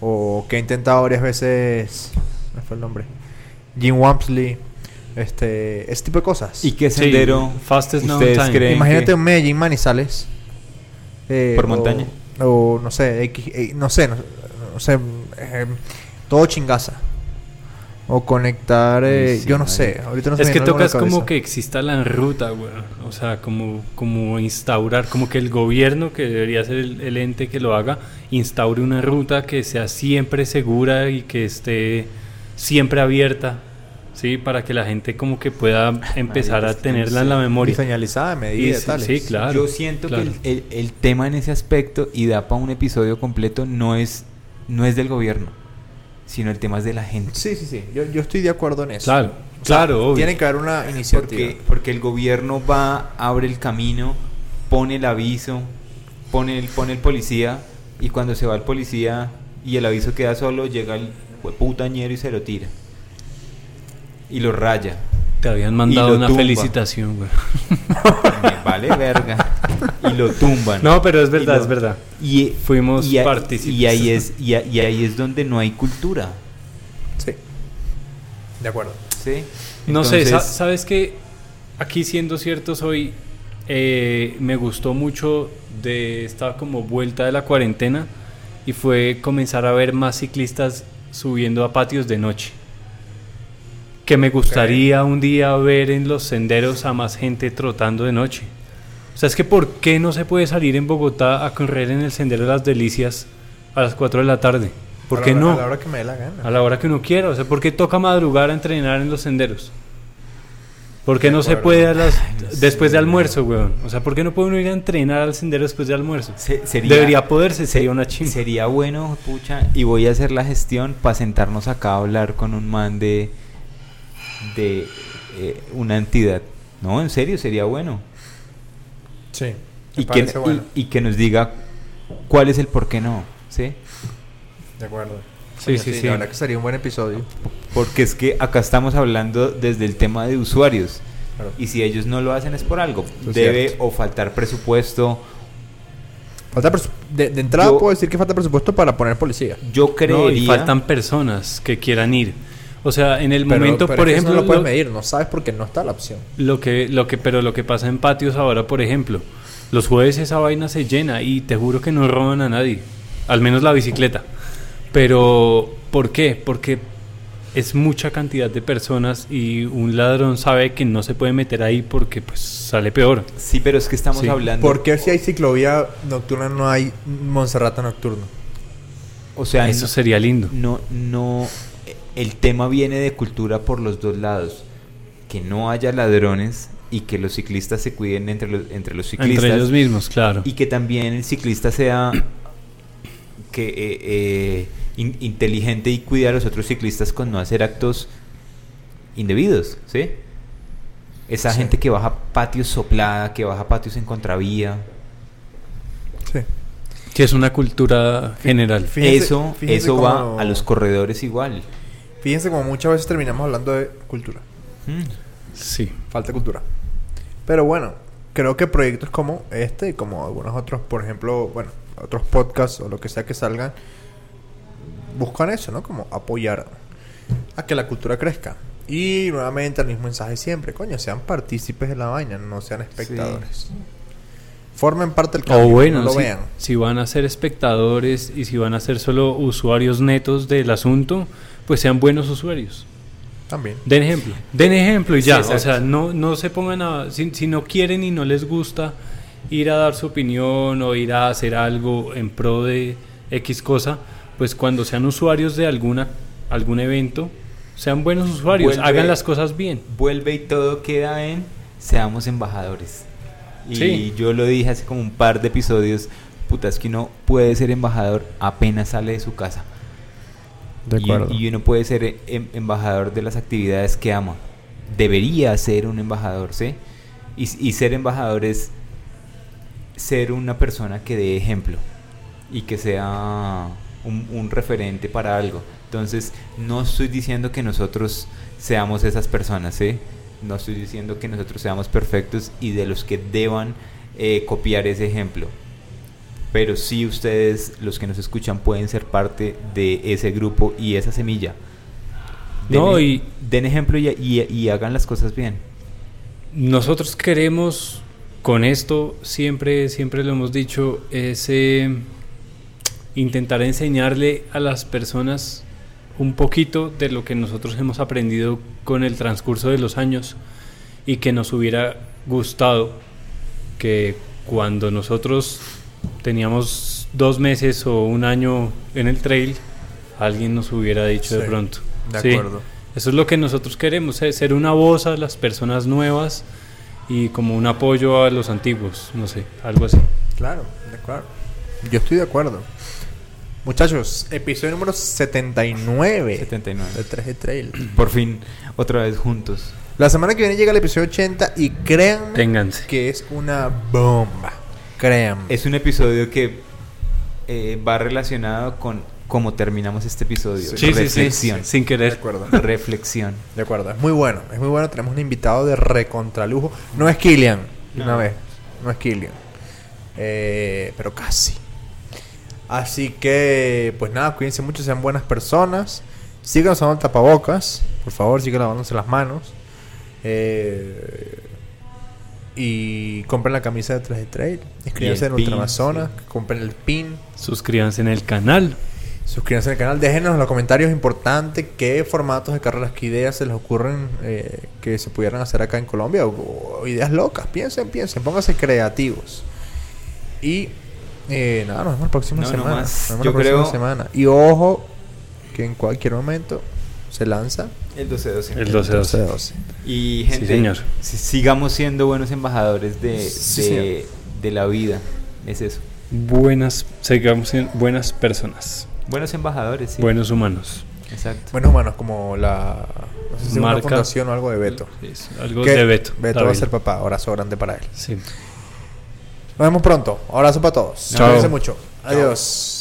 Speaker 1: o que ha intentado varias veces... ¿No fue el nombre? Jim Wamsley. Este, ese tipo de cosas.
Speaker 3: ¿Y qué
Speaker 2: Sí,
Speaker 3: sendero
Speaker 2: fastest
Speaker 3: ustedes
Speaker 2: mountain.
Speaker 3: creen?
Speaker 1: Imagínate
Speaker 3: que-
Speaker 1: un Medellín Manizales. eh,
Speaker 3: Por
Speaker 1: o-
Speaker 3: montaña.
Speaker 1: O no sé, X- eh, no sé, no, no sé. eh, todo chingaza. O conectar, eh,
Speaker 3: sí,
Speaker 1: yo no
Speaker 3: marica.
Speaker 1: sé. Ahorita no se
Speaker 2: es
Speaker 1: me
Speaker 2: que
Speaker 1: viene algo a
Speaker 2: toca
Speaker 1: la
Speaker 2: es como
Speaker 1: cabeza.
Speaker 2: que exista la ruta, güey. O sea, como, como instaurar, como que el gobierno, que debería ser el, el ente que lo haga, instaure una ruta que sea siempre segura y que esté siempre abierta, ¿sí? Para que la gente como que pueda empezar
Speaker 3: Marica,
Speaker 2: a
Speaker 1: pues,
Speaker 3: es que
Speaker 2: tenerla
Speaker 3: no
Speaker 2: en la
Speaker 3: sé.
Speaker 1: Y
Speaker 2: memoria.
Speaker 1: señalizada, medida,
Speaker 2: Y sí,
Speaker 1: tales.
Speaker 2: sí, claro,
Speaker 3: Yo siento
Speaker 2: claro.
Speaker 3: que el, el- el tema en ese aspecto y da para un episodio completo no es, no es del gobierno, sino el tema es de la gente.
Speaker 1: Sí, sí, sí. Yo, yo estoy de acuerdo en eso.
Speaker 2: Claro,
Speaker 1: O sea,
Speaker 2: claro, obvio.
Speaker 1: Tiene que haber una
Speaker 3: Porque,
Speaker 1: iniciativa.
Speaker 3: porque el gobierno va, abre el camino, pone el aviso, pone el, pone el policía, y cuando se va el policía y el aviso queda solo, llega el putañero y se lo tira. Y lo raya.
Speaker 2: Te habían
Speaker 3: lo
Speaker 2: mandado una
Speaker 3: tumba.
Speaker 2: felicitación, güey.
Speaker 3: Me vale verga. Y lo tumban.
Speaker 2: No, pero es verdad,
Speaker 3: Y lo-
Speaker 2: es verdad.
Speaker 3: Y, e,
Speaker 2: Fuimos
Speaker 3: y, ahí-
Speaker 2: partícipes.
Speaker 3: Y ahí, es, y, ahí- y ahí es donde no hay cultura.
Speaker 1: Sí. De acuerdo.
Speaker 3: ¿sí?
Speaker 2: No sé, sa-
Speaker 3: Entonces,
Speaker 2: sabes que aquí siendo cierto soy, eh, me gustó mucho de esta como vuelta de la cuarentena y fue comenzar a ver más ciclistas subiendo a patios de noche. Que me gustaría un día ver en los senderos a más gente trotando de noche. O sea, es que ¿por qué no se puede salir en Bogotá a correr en el Sendero de las Delicias a las 4 de la tarde? ¿Por
Speaker 1: A
Speaker 2: qué
Speaker 1: la, hora-
Speaker 2: no?
Speaker 1: A la hora que me dé la gana.
Speaker 2: A la hora que uno quiera, o sea, ¿por qué toca madrugar a entrenar en los senderos? ¿Por qué
Speaker 1: De
Speaker 2: no se
Speaker 1: acuerdo.
Speaker 2: puede a las,
Speaker 3: Ay, no sé,
Speaker 2: después de
Speaker 3: weón.
Speaker 2: almuerzo, weón? O sea, ¿por qué no puede uno ir a entrenar al sendero después de almuerzo?
Speaker 3: Se- sería-
Speaker 2: Debería poderse,
Speaker 3: se-
Speaker 2: sería una chimba.
Speaker 3: Sería bueno, pucha, y voy a hacer la gestión para sentarnos acá a hablar con un man de, de eh, una entidad. No, en serio, sería bueno.
Speaker 1: Sí.
Speaker 3: Y que, y- y que nos diga cuál es el por qué no, ¿sí?
Speaker 1: De acuerdo.
Speaker 2: Sí, sí, sí.
Speaker 1: La verdad que sería un buen episodio.
Speaker 3: Porque es que acá estamos hablando desde el tema de usuarios.
Speaker 1: Claro.
Speaker 3: Y si ellos no lo hacen es por algo.
Speaker 1: es
Speaker 3: Debe
Speaker 1: cierto.
Speaker 3: o faltar presupuesto.
Speaker 1: Falta presu- de, de entrada
Speaker 3: Yo-
Speaker 1: puedo decir que falta presupuesto para poner policía.
Speaker 3: Yo creería...
Speaker 2: No, y faltan personas que quieran ir. O sea, en el
Speaker 1: Pero-
Speaker 2: momento,
Speaker 1: pero
Speaker 2: por
Speaker 1: es que eso
Speaker 2: ejemplo,
Speaker 1: no lo puedes
Speaker 2: lo-
Speaker 1: medir, no sabes porque no está la opción.
Speaker 2: Lo que, lo que, pero lo que pasa en patios ahora, por ejemplo, los jueves esa vaina se llena y te juro que no roban a nadie, al menos la bicicleta. Pero, ¿por qué? Porque es mucha cantidad de personas y un ladrón sabe que no se puede meter ahí porque pues sale peor.
Speaker 3: Sí, pero es que estamos
Speaker 2: Sí.
Speaker 3: hablando...
Speaker 1: ¿Por qué si hay ciclovía nocturna no hay Monserrata nocturno?
Speaker 3: O sea,
Speaker 2: Eso
Speaker 3: no-
Speaker 2: sería lindo.
Speaker 3: No, no. eh, El tema viene de cultura por los dos lados. Que no haya ladrones y que los ciclistas se cuiden entre los, entre los ciclistas.
Speaker 2: Entre ellos mismos, claro.
Speaker 3: Y que también el ciclista sea que, eh, eh, in- inteligente y cuide a los otros ciclistas con no hacer actos indebidos, ¿sí? Esa
Speaker 1: Sí.
Speaker 3: gente que baja patios soplada, que baja patios en contravía.
Speaker 1: Sí.
Speaker 2: que es una cultura general.
Speaker 1: Fíjense-
Speaker 3: eso
Speaker 1: fíjense
Speaker 3: eso va
Speaker 1: cómo-
Speaker 3: a los corredores igual.
Speaker 1: Fíjense como muchas veces terminamos hablando de cultura.
Speaker 3: Mm.
Speaker 2: Sí.
Speaker 1: Falta cultura. Pero bueno, creo que proyectos como este y como algunos otros, por ejemplo, bueno, otros podcasts o lo que sea que salgan, buscan eso, ¿no? Como apoyar a que la cultura crezca. Y nuevamente el mismo mensaje siempre, coño, sean partícipes de la vaina, no sean espectadores. Formen parte del cambio,
Speaker 2: O bueno,
Speaker 1: no lo
Speaker 2: si,
Speaker 1: vean.
Speaker 2: si van a ser espectadores y si van a ser solo usuarios netos del asunto, pues sean buenos usuarios.
Speaker 1: También.
Speaker 2: Den ejemplo. Den ejemplo y
Speaker 3: Sí,
Speaker 2: ya. o
Speaker 3: exacto.
Speaker 2: sea, no, no se pongan a... Si, si no quieren y no les gusta ir a dar su opinión o ir a hacer algo en pro de X cosa, pues cuando sean usuarios de alguna algún evento, sean buenos usuarios,
Speaker 3: Vuelve-
Speaker 2: hagan las cosas bien.
Speaker 3: vuelve y todo queda en seamos embajadores. Y
Speaker 2: Sí.
Speaker 3: yo lo dije hace como un par de episodios, puta, es que uno puede ser embajador apenas sale de su casa. Y- Y, uno puede ser eh, em- embajador de las actividades que ama. Debería ser un embajador, ¿sí? Y, s- y ser embajador es ser una persona que dé ejemplo y que sea un, un referente para algo. Entonces, no estoy diciendo que nosotros seamos esas personas, ¿sí? No estoy diciendo que nosotros seamos perfectos y de los que deban eh, copiar ese ejemplo. Pero sí ustedes, los que nos escuchan, pueden ser parte de ese grupo y esa semilla.
Speaker 2: No,
Speaker 3: e-
Speaker 2: y-
Speaker 3: den ejemplo y, y- y hagan las cosas bien.
Speaker 2: Nosotros queremos con esto, siempre, siempre lo hemos dicho, es eh, intentar enseñarle a las personas un poquito de lo que nosotros hemos aprendido con el transcurso de los años y que nos hubiera gustado que cuando nosotros teníamos dos meses o un año en el trail, alguien nos hubiera dicho de
Speaker 1: Sí,
Speaker 2: pronto.
Speaker 1: de
Speaker 2: Sí.
Speaker 1: acuerdo.
Speaker 2: Eso es lo que nosotros queremos, eh, ser una voz a las personas nuevas y como un apoyo a los antiguos, no sé, algo así.
Speaker 1: Claro, de acuerdo. Yo estoy de acuerdo. Muchachos, episodio número 79 de
Speaker 3: 79.
Speaker 1: 3G Trail.
Speaker 3: Por fin, otra vez juntos.
Speaker 1: La semana que viene llega el episodio 80 y créanme
Speaker 2: Ténganse.
Speaker 1: que es una bomba. Créanme.
Speaker 3: Es un episodio que eh, va relacionado con cómo terminamos este episodio. reflexión.
Speaker 2: sin querer.
Speaker 1: acuerdo.
Speaker 3: Reflexión.
Speaker 1: De acuerdo. Es muy bueno. Es muy bueno. Tenemos un invitado de recontralujo. No es Killian. de Una
Speaker 3: No.
Speaker 1: vez. No es Killian. Eh, pero casi. Así que, pues nada, cuídense mucho, sean buenas personas. Sigan usando el tapabocas. Por favor, sigan lavándose las manos. Eh, y compren la camisa de 3 de Trail. Inscríbanse en
Speaker 3: pin,
Speaker 1: Ultramazona. Compren el pin.
Speaker 2: Suscríbanse en el canal.
Speaker 1: Suscríbanse al canal, déjenos en los comentarios importante qué formatos de carreras, qué ideas se les ocurren eh, que se pudieran hacer acá en Colombia, o, o ideas locas, piensen, piensen, pónganse creativos. Y eh, nada, nos vemos la próxima
Speaker 3: No, no
Speaker 1: semana.
Speaker 3: más.
Speaker 1: Nos vemos
Speaker 3: Yo
Speaker 1: la próxima
Speaker 3: creo-
Speaker 1: semana. Y ojo, que en cualquier momento se lanza
Speaker 3: El 12-12.
Speaker 2: El 12-12.
Speaker 3: Y gente,
Speaker 2: señor.
Speaker 3: si- sigamos siendo buenos embajadores de,
Speaker 1: Sí,
Speaker 3: de-
Speaker 1: señor.
Speaker 3: de la vida. Es eso.
Speaker 2: Buenas, sigamos siendo buenas personas,
Speaker 3: Buenos embajadores, sí.
Speaker 2: buenos humanos.
Speaker 3: Exacto.
Speaker 1: Buenos humanos, como la. No sé si una
Speaker 2: Marca.
Speaker 1: fundación o algo de Beto.
Speaker 2: Es algo
Speaker 1: Que
Speaker 2: de Beto.
Speaker 1: Beto va a
Speaker 2: Dávila.
Speaker 1: ser papá. Abrazo grande para él.
Speaker 2: Sí.
Speaker 1: Nos vemos pronto. Abrazo para todos.
Speaker 2: Chao.
Speaker 1: Cuídense mucho. Adiós.